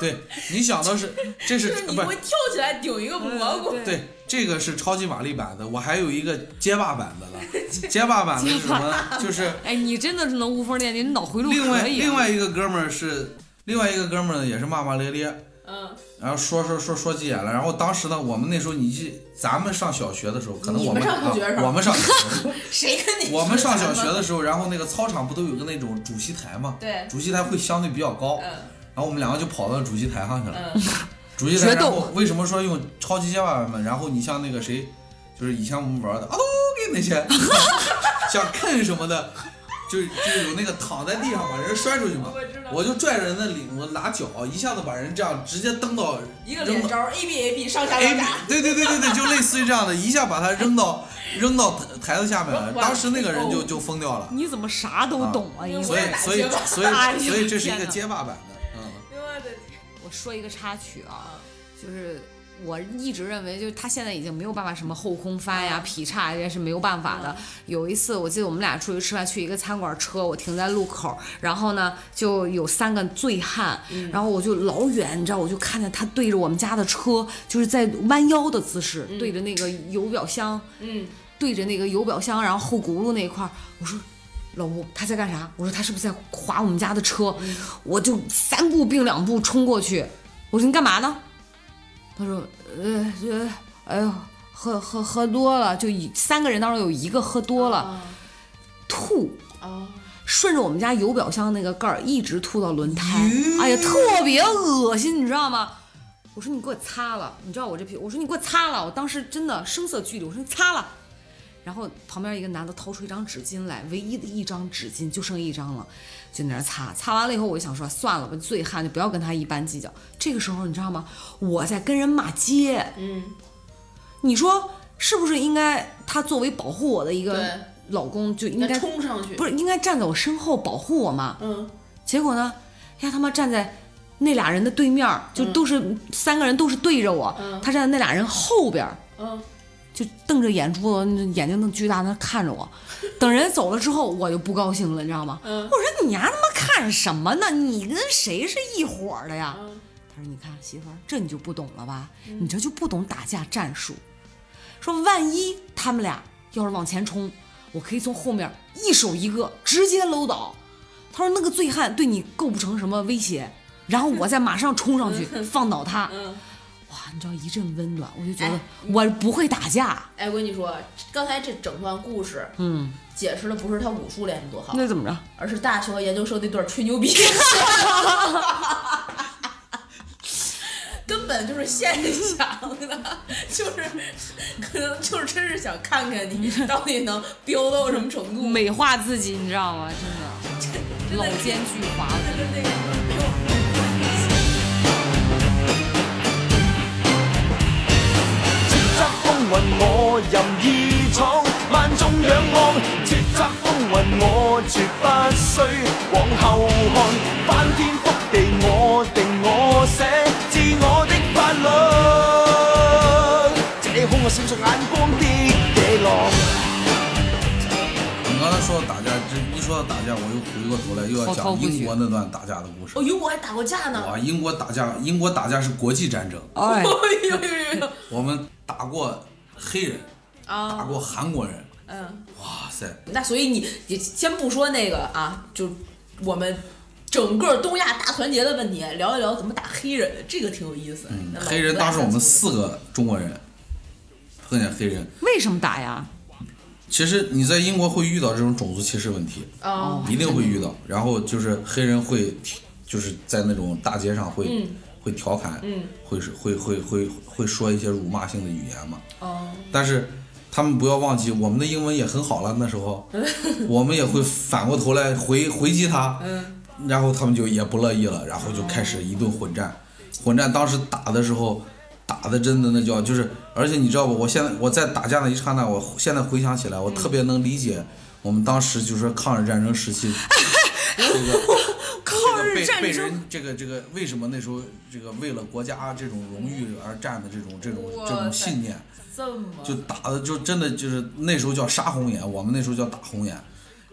对，你想 的是，这就是是 不你是会跳起来顶一个蘑菇，对，这个是超级玛丽版的，我还有一个街霸版的 了。街霸版的是什么？就是哎，你真的是能无缝链接，你脑回路另外可以啊。另外一个哥们儿是另外一个哥们儿呢也是骂骂咧咧，嗯，然后说说说说急眼了。然后当时呢，我们那时候你记，咱们上小学的时候，可能你我们上啊小学是吧我们上小学，谁跟你？我们上小学的时候，然后那个操场不都有个那种主席台嘛？对主席台会相对比较高。嗯然后我们两个就跑到主席台上去了。嗯，主席台，决斗然后为什么说用超级街霸版本？然后你像那个谁，就是以前我们玩的啊，给 那些像 Ken 什么的，就就有那个躺在地上把人摔出去嘛。我就拽着人的领子拿脚，一下子把人这样直接蹬到一个扔脸到招 A B A B 上下 A 两 B，打，对对对对对，就类似于这样的，一下把他扔到扔到台子下面了。我当时那个人就就疯掉了，你怎么啥都懂啊？你所我以也打所以街霸所哎呦以所以这是一天个哪街霸版的，嗯。我的天，我说一个插曲啊，就是我一直认为，就是他现在已经没有办法什么后空翻呀、劈叉呀这些是没有办法的。有一次，我记得我们俩出去吃饭，去一个餐馆，车我停在路口，然后呢就有三个醉汉，然后我就老远，你知道，我就看见他对着我们家的车，就是在弯腰的姿势，对着那个油表箱，嗯，对着那个油表箱，然后后轱辘那一块儿，我说。老吴他在干啥？我说他是不是在划我们家的车？我就三步并两步冲过去，我说你干嘛呢？他说呃呃，哎呦，喝喝喝多了，就一三个人当中有一个喝多了，啊吐，啊，顺着我们家油表箱那个盖儿一直吐到轮胎，哎呀，特别恶心，你知道吗？我说你给我擦了，你知道我这屁，我说你给我擦了，我当时真的声色俱厉，我说你擦了。然后旁边一个男的掏出一张纸巾来，唯一的一张纸巾就剩一张了，就在那儿擦。擦完了以后，我就想说算了吧，醉汉就不要跟他一般计较。这个时候你知道吗？我在跟人骂街，嗯，你说是不是应该他作为保护我的一个对老公就应你该冲上去，不是应该站在我身后保护我吗？嗯，结果呢，他他妈站在那俩人的对面儿，就都是、三个人都是对着我，他站在那俩人后边，嗯，就瞪着眼珠子，眼睛瞪巨大，那看着我。等人走了之后，我就不高兴了，你知道吗？我说你丫他妈看什么呢？你跟谁是一伙儿的呀？他说你看媳妇儿，这你就不懂了吧？你这就不懂打架战术。说万一他们俩要是往前冲，我可以从后面一手一个直接搂倒。他说那个醉汉对你构不成什么威胁，然后我再马上冲上去放倒他。哇，你知道一阵温暖，我就觉得哎我不会打架，哎，我跟你说，刚才这整段故事，嗯，解释的不是他武术练得多好，那怎么着？而是大学和研究生那段吹牛逼， 根本就是现想的，就是可能就是真是想看看你到底能飙到什么程度。美化自己，你知道吗？真的，老奸巨猾。叱咤風雲我任意闖，萬眾仰望。叱咤風雲我絕不需往後看，翻天覆地我定我寫，自我的法律。這空我閃烁眼光的野狼。你刚才说到打架，这一说到打架，我又回过头来又要滔滔讲不绝英国那段打架的故事哦，。英国还打过架呢。哇，英国打架，英国打架是国际战争，哎，哎呦呦呦呦！我们打过黑人，打过韩国人，哦嗯，哇塞，那所以你你先不说那个啊，就我们整个东亚大团结的问题，聊一聊怎么打黑人，这个挺有意思。那老嗯黑人哥当时我们咱四个中国人碰见黑人，为什么打呀？其实你在英国会遇到这种种族歧视问题，哦啊，一定会遇到。然后就是黑人会，就是在那种大街上会、会调侃，会是会会会会说一些辱骂性的语言嘛。但是他们不要忘记，我们的英文也很好了，那时 候我们也会反过头来回回击他，嗯然后他们就也不乐意了，然后就开始一顿混战。混战当时打的时候，打的真的那叫就是，而且你知道吧，我现在我在打架那一刹那，我现在回想起来，我特别能理解我们当时就是说抗日战争时 期这个。抗日被战被争人这个这个为什么那时候这个为了国家这种荣誉而战的这种这种这种信念，这么就打的就真的就是那时候叫杀红眼，我们那时候叫打红眼，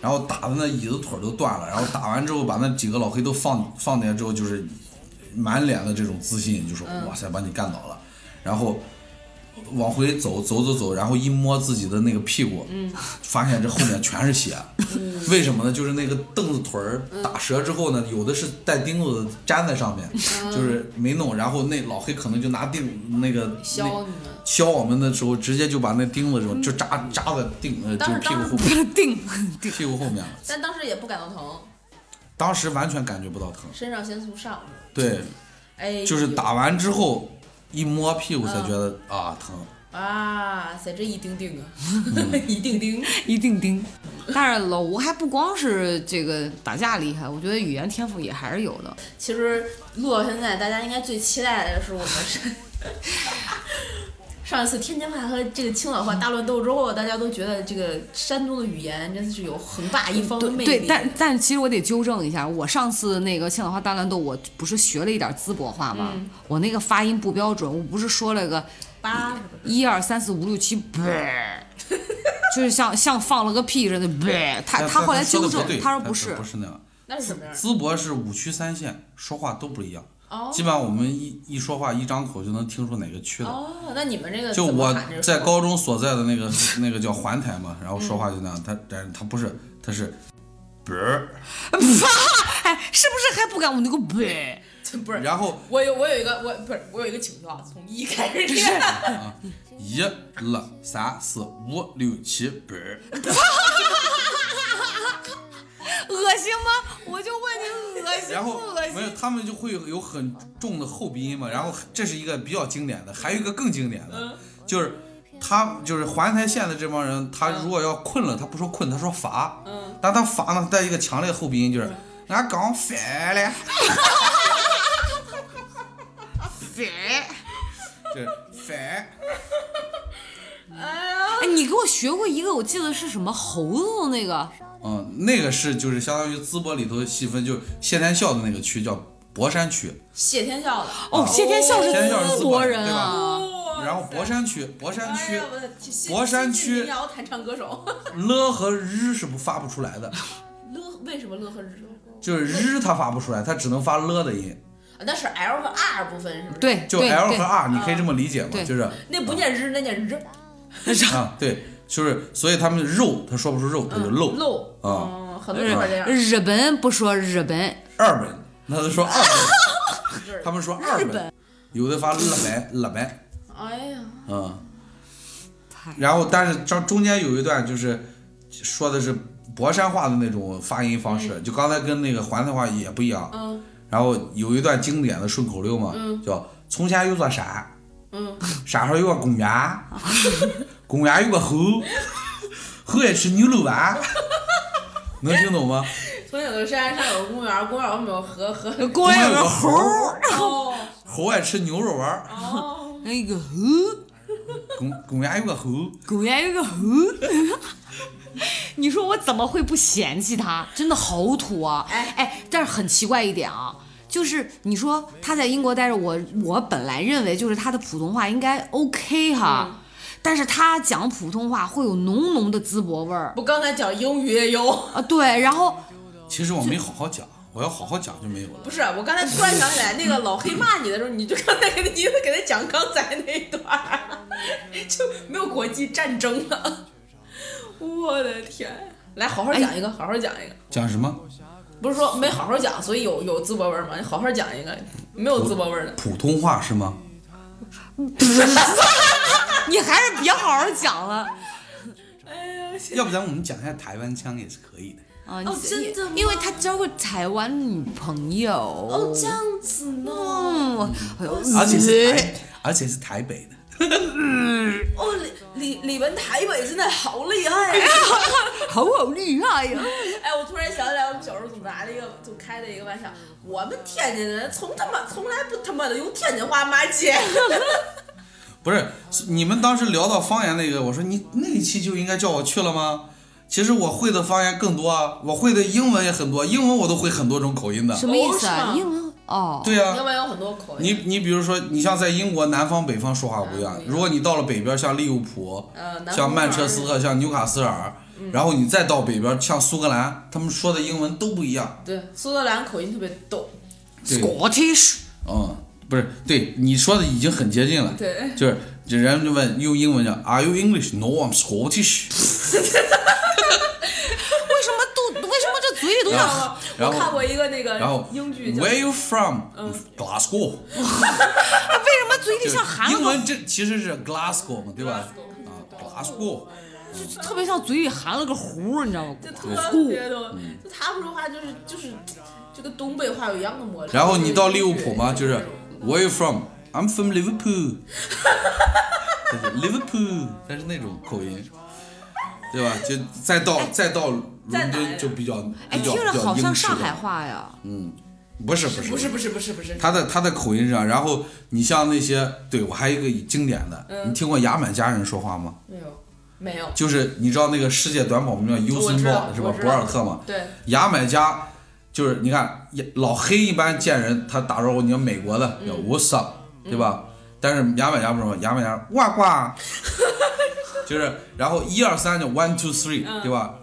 然后打的那椅子腿儿都断了，然后打完之后把那几个老黑都放放那之后，就是满脸的这种自信，就说嗯哇塞把你干倒了，然后往回走走走走，然后一摸自己的那个屁股，嗯发现这后面全是血，为什么呢？就是那个凳子腿儿打折之后呢，有的是带钉子粘在上面，嗯就是没弄，然后那老黑可能就拿钉那个削你们嗯削我们的时候，直接就把那钉子就就扎扎在钉呃就当时是屁股后面 定屁股后面了，但当时也不感到疼，当时完全感觉不到疼，身上先从上面，对，哎，就是打完之后一摸屁股才觉得啊疼。哇塞，这一丁丁啊，一丁丁，一定盯。但是老吴还不光是这个打架厉害，我觉得语言天赋也还是有的。其实录到现在，大家应该最期待的是我们是上一次天津话和这个青岛话大乱斗之后，大家都觉得这个山东的语言真的是有横霸一方的魅力。对，但但其实我得纠正一下，我上次那个青岛话大乱斗，我不是学了一点淄博话吗？我那个发音不标准，我不是说了个八一二三四五六七，不 是就是像像放了个屁似的，不是他但他后来但说纠得正不对，他说不不是不，是那样。那是什么样？淄博是五区三县，说话都不一样。基本上我们一一说话，一张口就能听出哪个区的。哦，那你们这个就怎么我喊这个在高中所在的那个 那个叫环台嘛，然后说话就那嗯样，他但是他不是，他是，啵儿， 哎，是不是还不敢我那个不是？不是然后我有我有一个我不是我有一个情绪啊，从一开始练，一、二、三、四、五、六、七，啵儿，恶心吗？我就问你恶心然不后恶没有，心？他们就会有很重的后鼻音嘛。然后这是一个比较经典的，还有一个更经典嗯的，就是他就是环台县的这帮人，他如果要困了，他不说困，他说乏。嗯。但他乏呢，带一个强烈的后鼻音，嗯就是俺刚 烦了。烦。就是烦。哎，你给我学过一个，我记得是什么猴子的那个，嗯，那个是就是相当于淄博里头细分，就是谢天笑的那个区叫博山区，谢天笑的哦，谢天笑是谢天笑是淄淄博博人人啊，然后博山区，博山区。哎呀我的天新博山新区民谣弹唱歌手，了和日是不发不出来的，乐为什么乐呵日？就是日它发不出来，它只能发了的音，啊那是 L 和 R 不分是不是？，对，就对 L 对和 R，你可以这么理解嘛，对就是那不念日，那念日啊，对，就是所以他们肉，他说不出肉，他就漏漏。啊，嗯，很多地方这样。日本不说日本，二本，那他说二 本，他们说二本，有的发了白了白，哎呀，嗯，然后但是中中间有一段就是说的是博山话的那种发音方式，就刚才跟那个环台话也不一样，嗯然后有一段经典的顺口溜嘛，叫从前有座山。 嗯，山上有个公园， 公园有个猴，猴爱吃牛肉丸，能听懂吗？从有的山上有个公园，公园后面有河，河公园有有个个猴，哦猴爱吃牛肉丸，哦，那哎个呃猴，公公园有个猴，公园有个猴。 你说我怎么会不嫌弃他？真的好土啊！哎哎，但是很奇怪一点啊，就是你说他在英国待着，我我本来认为就是他的普通话应该 OK 哈，嗯但是他讲普通话会有浓浓的淄博味儿不，刚才讲英语也有。啊。对，然后其实我没好好讲，我要好好讲就没有了。不是，我刚才突然想起来，那个老黑骂你的时候，你就刚才给他，你就给他讲刚才那一段儿，就没有国际战争了。我的天！来，好好讲一个，哎好好讲一个。讲什么不是说没好好讲，所以有有淄博味儿吗？你好好讲一个，没有淄博味儿的。普通话是吗？你还是别好好讲了要不然我们讲一下台湾腔也是可以的。啊！哦你真的吗因为他交过台湾女朋友。哦样子呢？嗯，我哎呦而且是台，而且是台北的。哦，李李李文台北真的好厉哎害呀！好好厉害呀！ 哎，我突然想起来，我们小时候总拿了一个，总开的一个玩笑，我们天津人从他妈从来不他妈的用天津话骂 街。不是你们当时聊到方言那个，我说你那一期就应该叫我去了吗？其实我会的方言更多啊，我会的英文也很多，英文我都会很多种口音的。什么意思啊？哦是吗英文哦，对呀、英文有很多口你音，你比如说，你像在英国南方北方说话不一样，如果你到了北边，像利物浦、嗯呃南方嗯像曼彻斯特、像纽卡斯尔，然后你再到北边，像苏格兰，他们说的英文都不一样。对苏格兰口音特别逗。对， ，Scottish 嗯，不是，对你说的已经很接近了。对，就是人家就问用英文讲 Are you English? No, I'm Scottish。为什么都为什么这嘴里都然像？后，然啊我后看过一个那个然后英剧叫嗯 Where you from? Glasgow。为什么嘴里像韩英国，文这其实是 Glasgow 嘛，对吧？啊，Glasgow。特别像嘴里含了个核，你知道吗？就特别逗，嗯就他们说话就是就是就跟东北话有一样的魔力。然后你到利物浦嘛，就是 Where you from? I'm from Liverpool 就是 Liverpool，但是那种口音，对吧？就再到再到在哪伦呀敦就比较哎，比较听比着较好像英式上海的，话呀。不是不是不是不是不是不是，他的他的口音是这样，然后你像那些，对我还有一个经典的，你听过牙买加人说话吗？没有没有，就是你知道那个世界短跑名叫尤我森知道鲍是吧我？知博道尔特嘛，对，牙买加就是你看老黑一般见人他打招呼，你看美国的叫 What's up，、对吧？但是牙买加不是吗？牙买加哇呱，就是然后一二三叫 one two three，、对吧？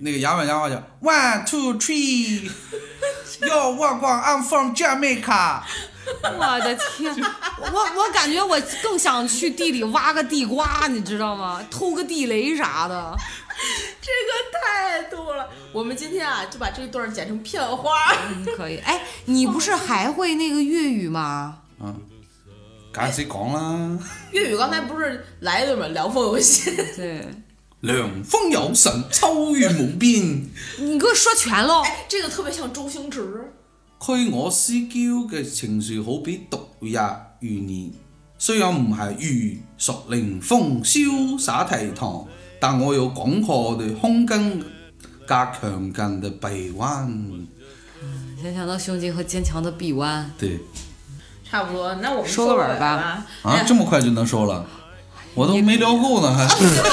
那个牙买加话叫 one two three，要哇呱，I'm from Jamaica。我的天，我我感觉我更想去地里挖个地瓜，你知道吗？偷个地雷啥的。这个太逗了。我们今天啊就把这段剪成片花。嗯，可以。哎，你不是还会那个粤语吗？敢谁讲啦？ 粤语刚才不是来一段吗？聊风游戏，对，凉风有神，秋月无边。你给我说全喽。哎，这个特别像周星驰。驅我思嬌嘅情緒好比毒藥如年，雖然唔係如熟凌風瀟灑倜傥，但我有廣闊嘅胸襟加強勁嘅臂彎。联想到胸襟和坚强的臂弯，對差不多，那我们收个个尾儿吧吧。啊，這麼快就能收了，我都沒聊夠呢，還哎 来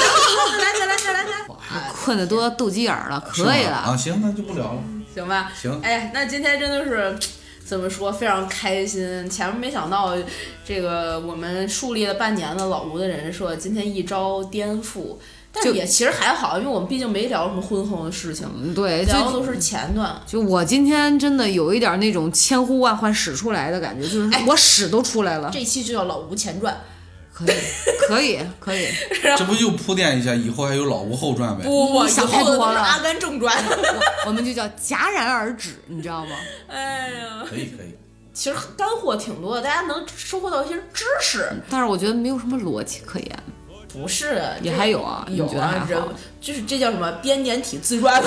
来来来来来，困得多斗鸡眼儿了，可以是吗了。啊，行，那就不聊了。行吧。行哎呀，那今天真的是。怎么说？非常开心。前面没想到，这个我们树立了半年的老吴的人设，今天一招颠覆，但就也其实还好，因为我们毕竟没聊什么婚后的事情，嗯，对，聊的就都是前段。就我今天真的有一点那种千呼万唤始出来的感觉，就是哎我屎都出来了。这期就叫老吴前传，可以，可以，可以。这不就铺垫一下，以后还有老吴后传呗？不不想太多以后都是了阿甘正传。 我我们就叫戛然而止，你知道吗？哎呀，可以可以，其实干货挺多的，大家能收获到一些知识。但是我觉得没有什么逻辑可言。不是，也这还有啊你有觉得还啊好，人就是这叫什么编年体自传。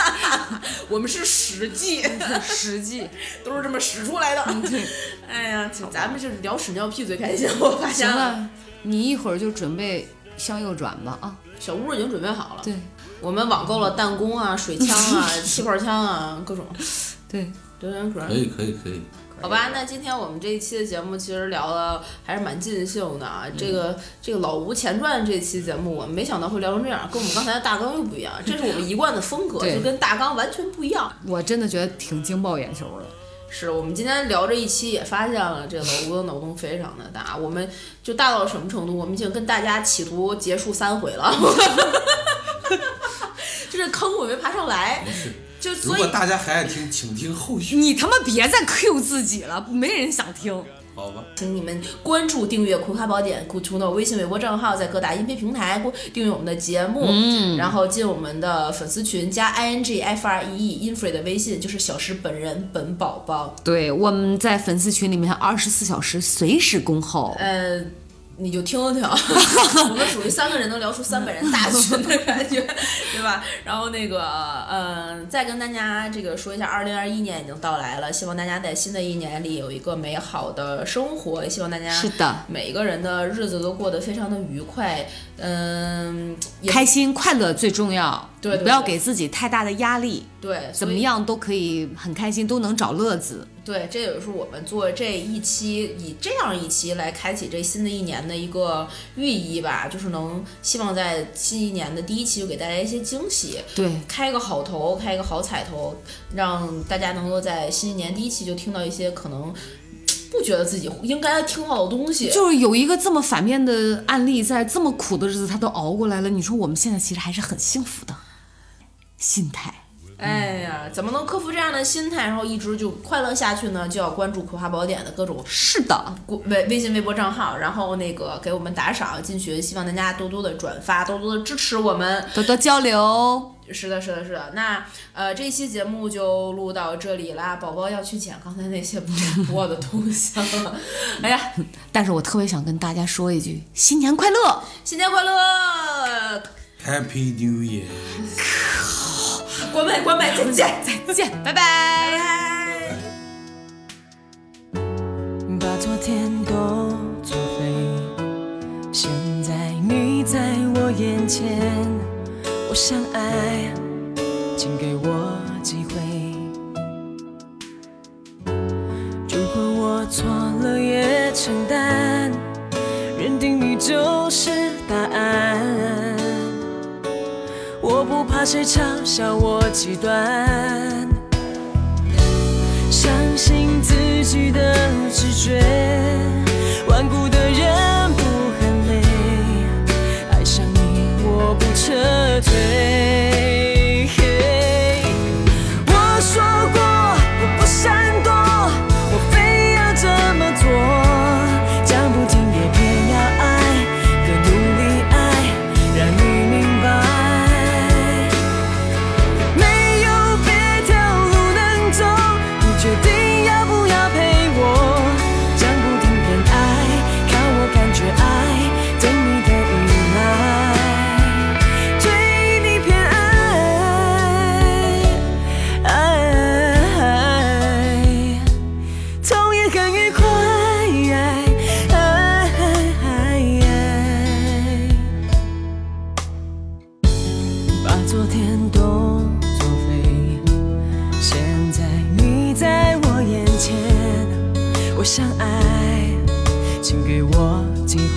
我们是史记， 实 际都是这么史出来的。嗯 哎呀，咱们是聊屎尿屁最开心，我发现行。了，你一会儿就准备向右转吧啊！小屋已经准备好了，对我们网购了弹弓啊、水枪 啊、气泡枪啊，各种对，流连水。可以可以可以。好吧，那今天我们这一期的节目其实聊的还是蛮尽兴的啊。这个这个老吴前传这期节目，我们没想到会聊成这样，跟我们刚才的大纲又不一样。这是我们一贯的风格，对就跟大纲完全不一样。我真的觉得挺惊爆眼球的。是我们今天聊这一期也发现了，这老吴的脑洞非常的大。我们就大到什么程度？我们已经跟大家企图结束三回了， 就是坑我没爬上来。就如所以果大家还爱听，请听后续，你他妈别再 Q 自己了，没人想听。好吧？请你们关注、订阅《苦卡宝典》Good to Know 微信、微博账号，在各大音频平台订阅我们的节目，然后进我们的粉丝群，加 i n g f r e e infree 的微信，就是小石本人本宝宝。对，我们在粉丝群里面二十四小时随时恭候。呃，你就听 听，我们属于三个人能聊出三百人大群的感觉，对 吧？然后那个，呃，再跟大家这个说一下，二零二一年已经到来了，希望大家在新的一年里有一个美好的生活，也希望大家是的，每个人的日子都过得非常的愉快，嗯，也开心快乐最重要，对对不要对给自己太大的压力，对，怎么所以样都可以很开心，都能找乐子。对，这也是我们做这一期以这样一期来开启这新的一年的一个寓意吧，就是能希望在新一年的第一期就给大家一些惊喜，对，开个好头，开个好彩头，让大家能够在新一年第一期就听到一些可能不觉得自己应该听到的东西。就是有一个这么反面的案例，在这么苦的日子他都熬过来了，你说我们现在其实还是很幸福的，心态。哎呀，怎么能克服这样的心态，然后一直就快乐下去呢？就要关注《苦哈宝典》的各种是的，微微微信、微博账号，然后那个给我们打赏进群，希望大家多多的转发，多多的支持我们。多多交流。 是的，是的，是的。那呃，这期节目就录到这里啦。宝宝要去捡刚才那些不 敢播的东西了。哎呀，但是我特别想跟大家说一句，新年快乐！新年快乐！ Happy New Year！关麦，关麦，再见，再见，拜拜，拜拜。把昨天都作废。现在你在我眼前，我想爱，请给我机会。如果我错了也承担，认定你就是答案。我不怕谁嘲笑我极端。相信自己的直觉，顽固的人不喊累，爱上你我不撤退。我说过我不闪躲，我非要这么做，讲不听也偏要爱，更努力爱，让你明白。没有别条路能走，你决定要不要陪我？讲不听偏爱，靠我感觉爱，对你的依赖，我想爱，请给我机会。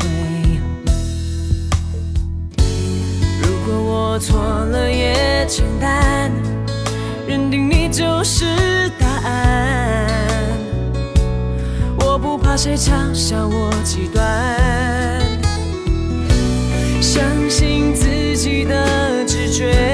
如果我错了也承担，认定你就是答案。我不怕谁嘲笑我极端，相信自己的直觉。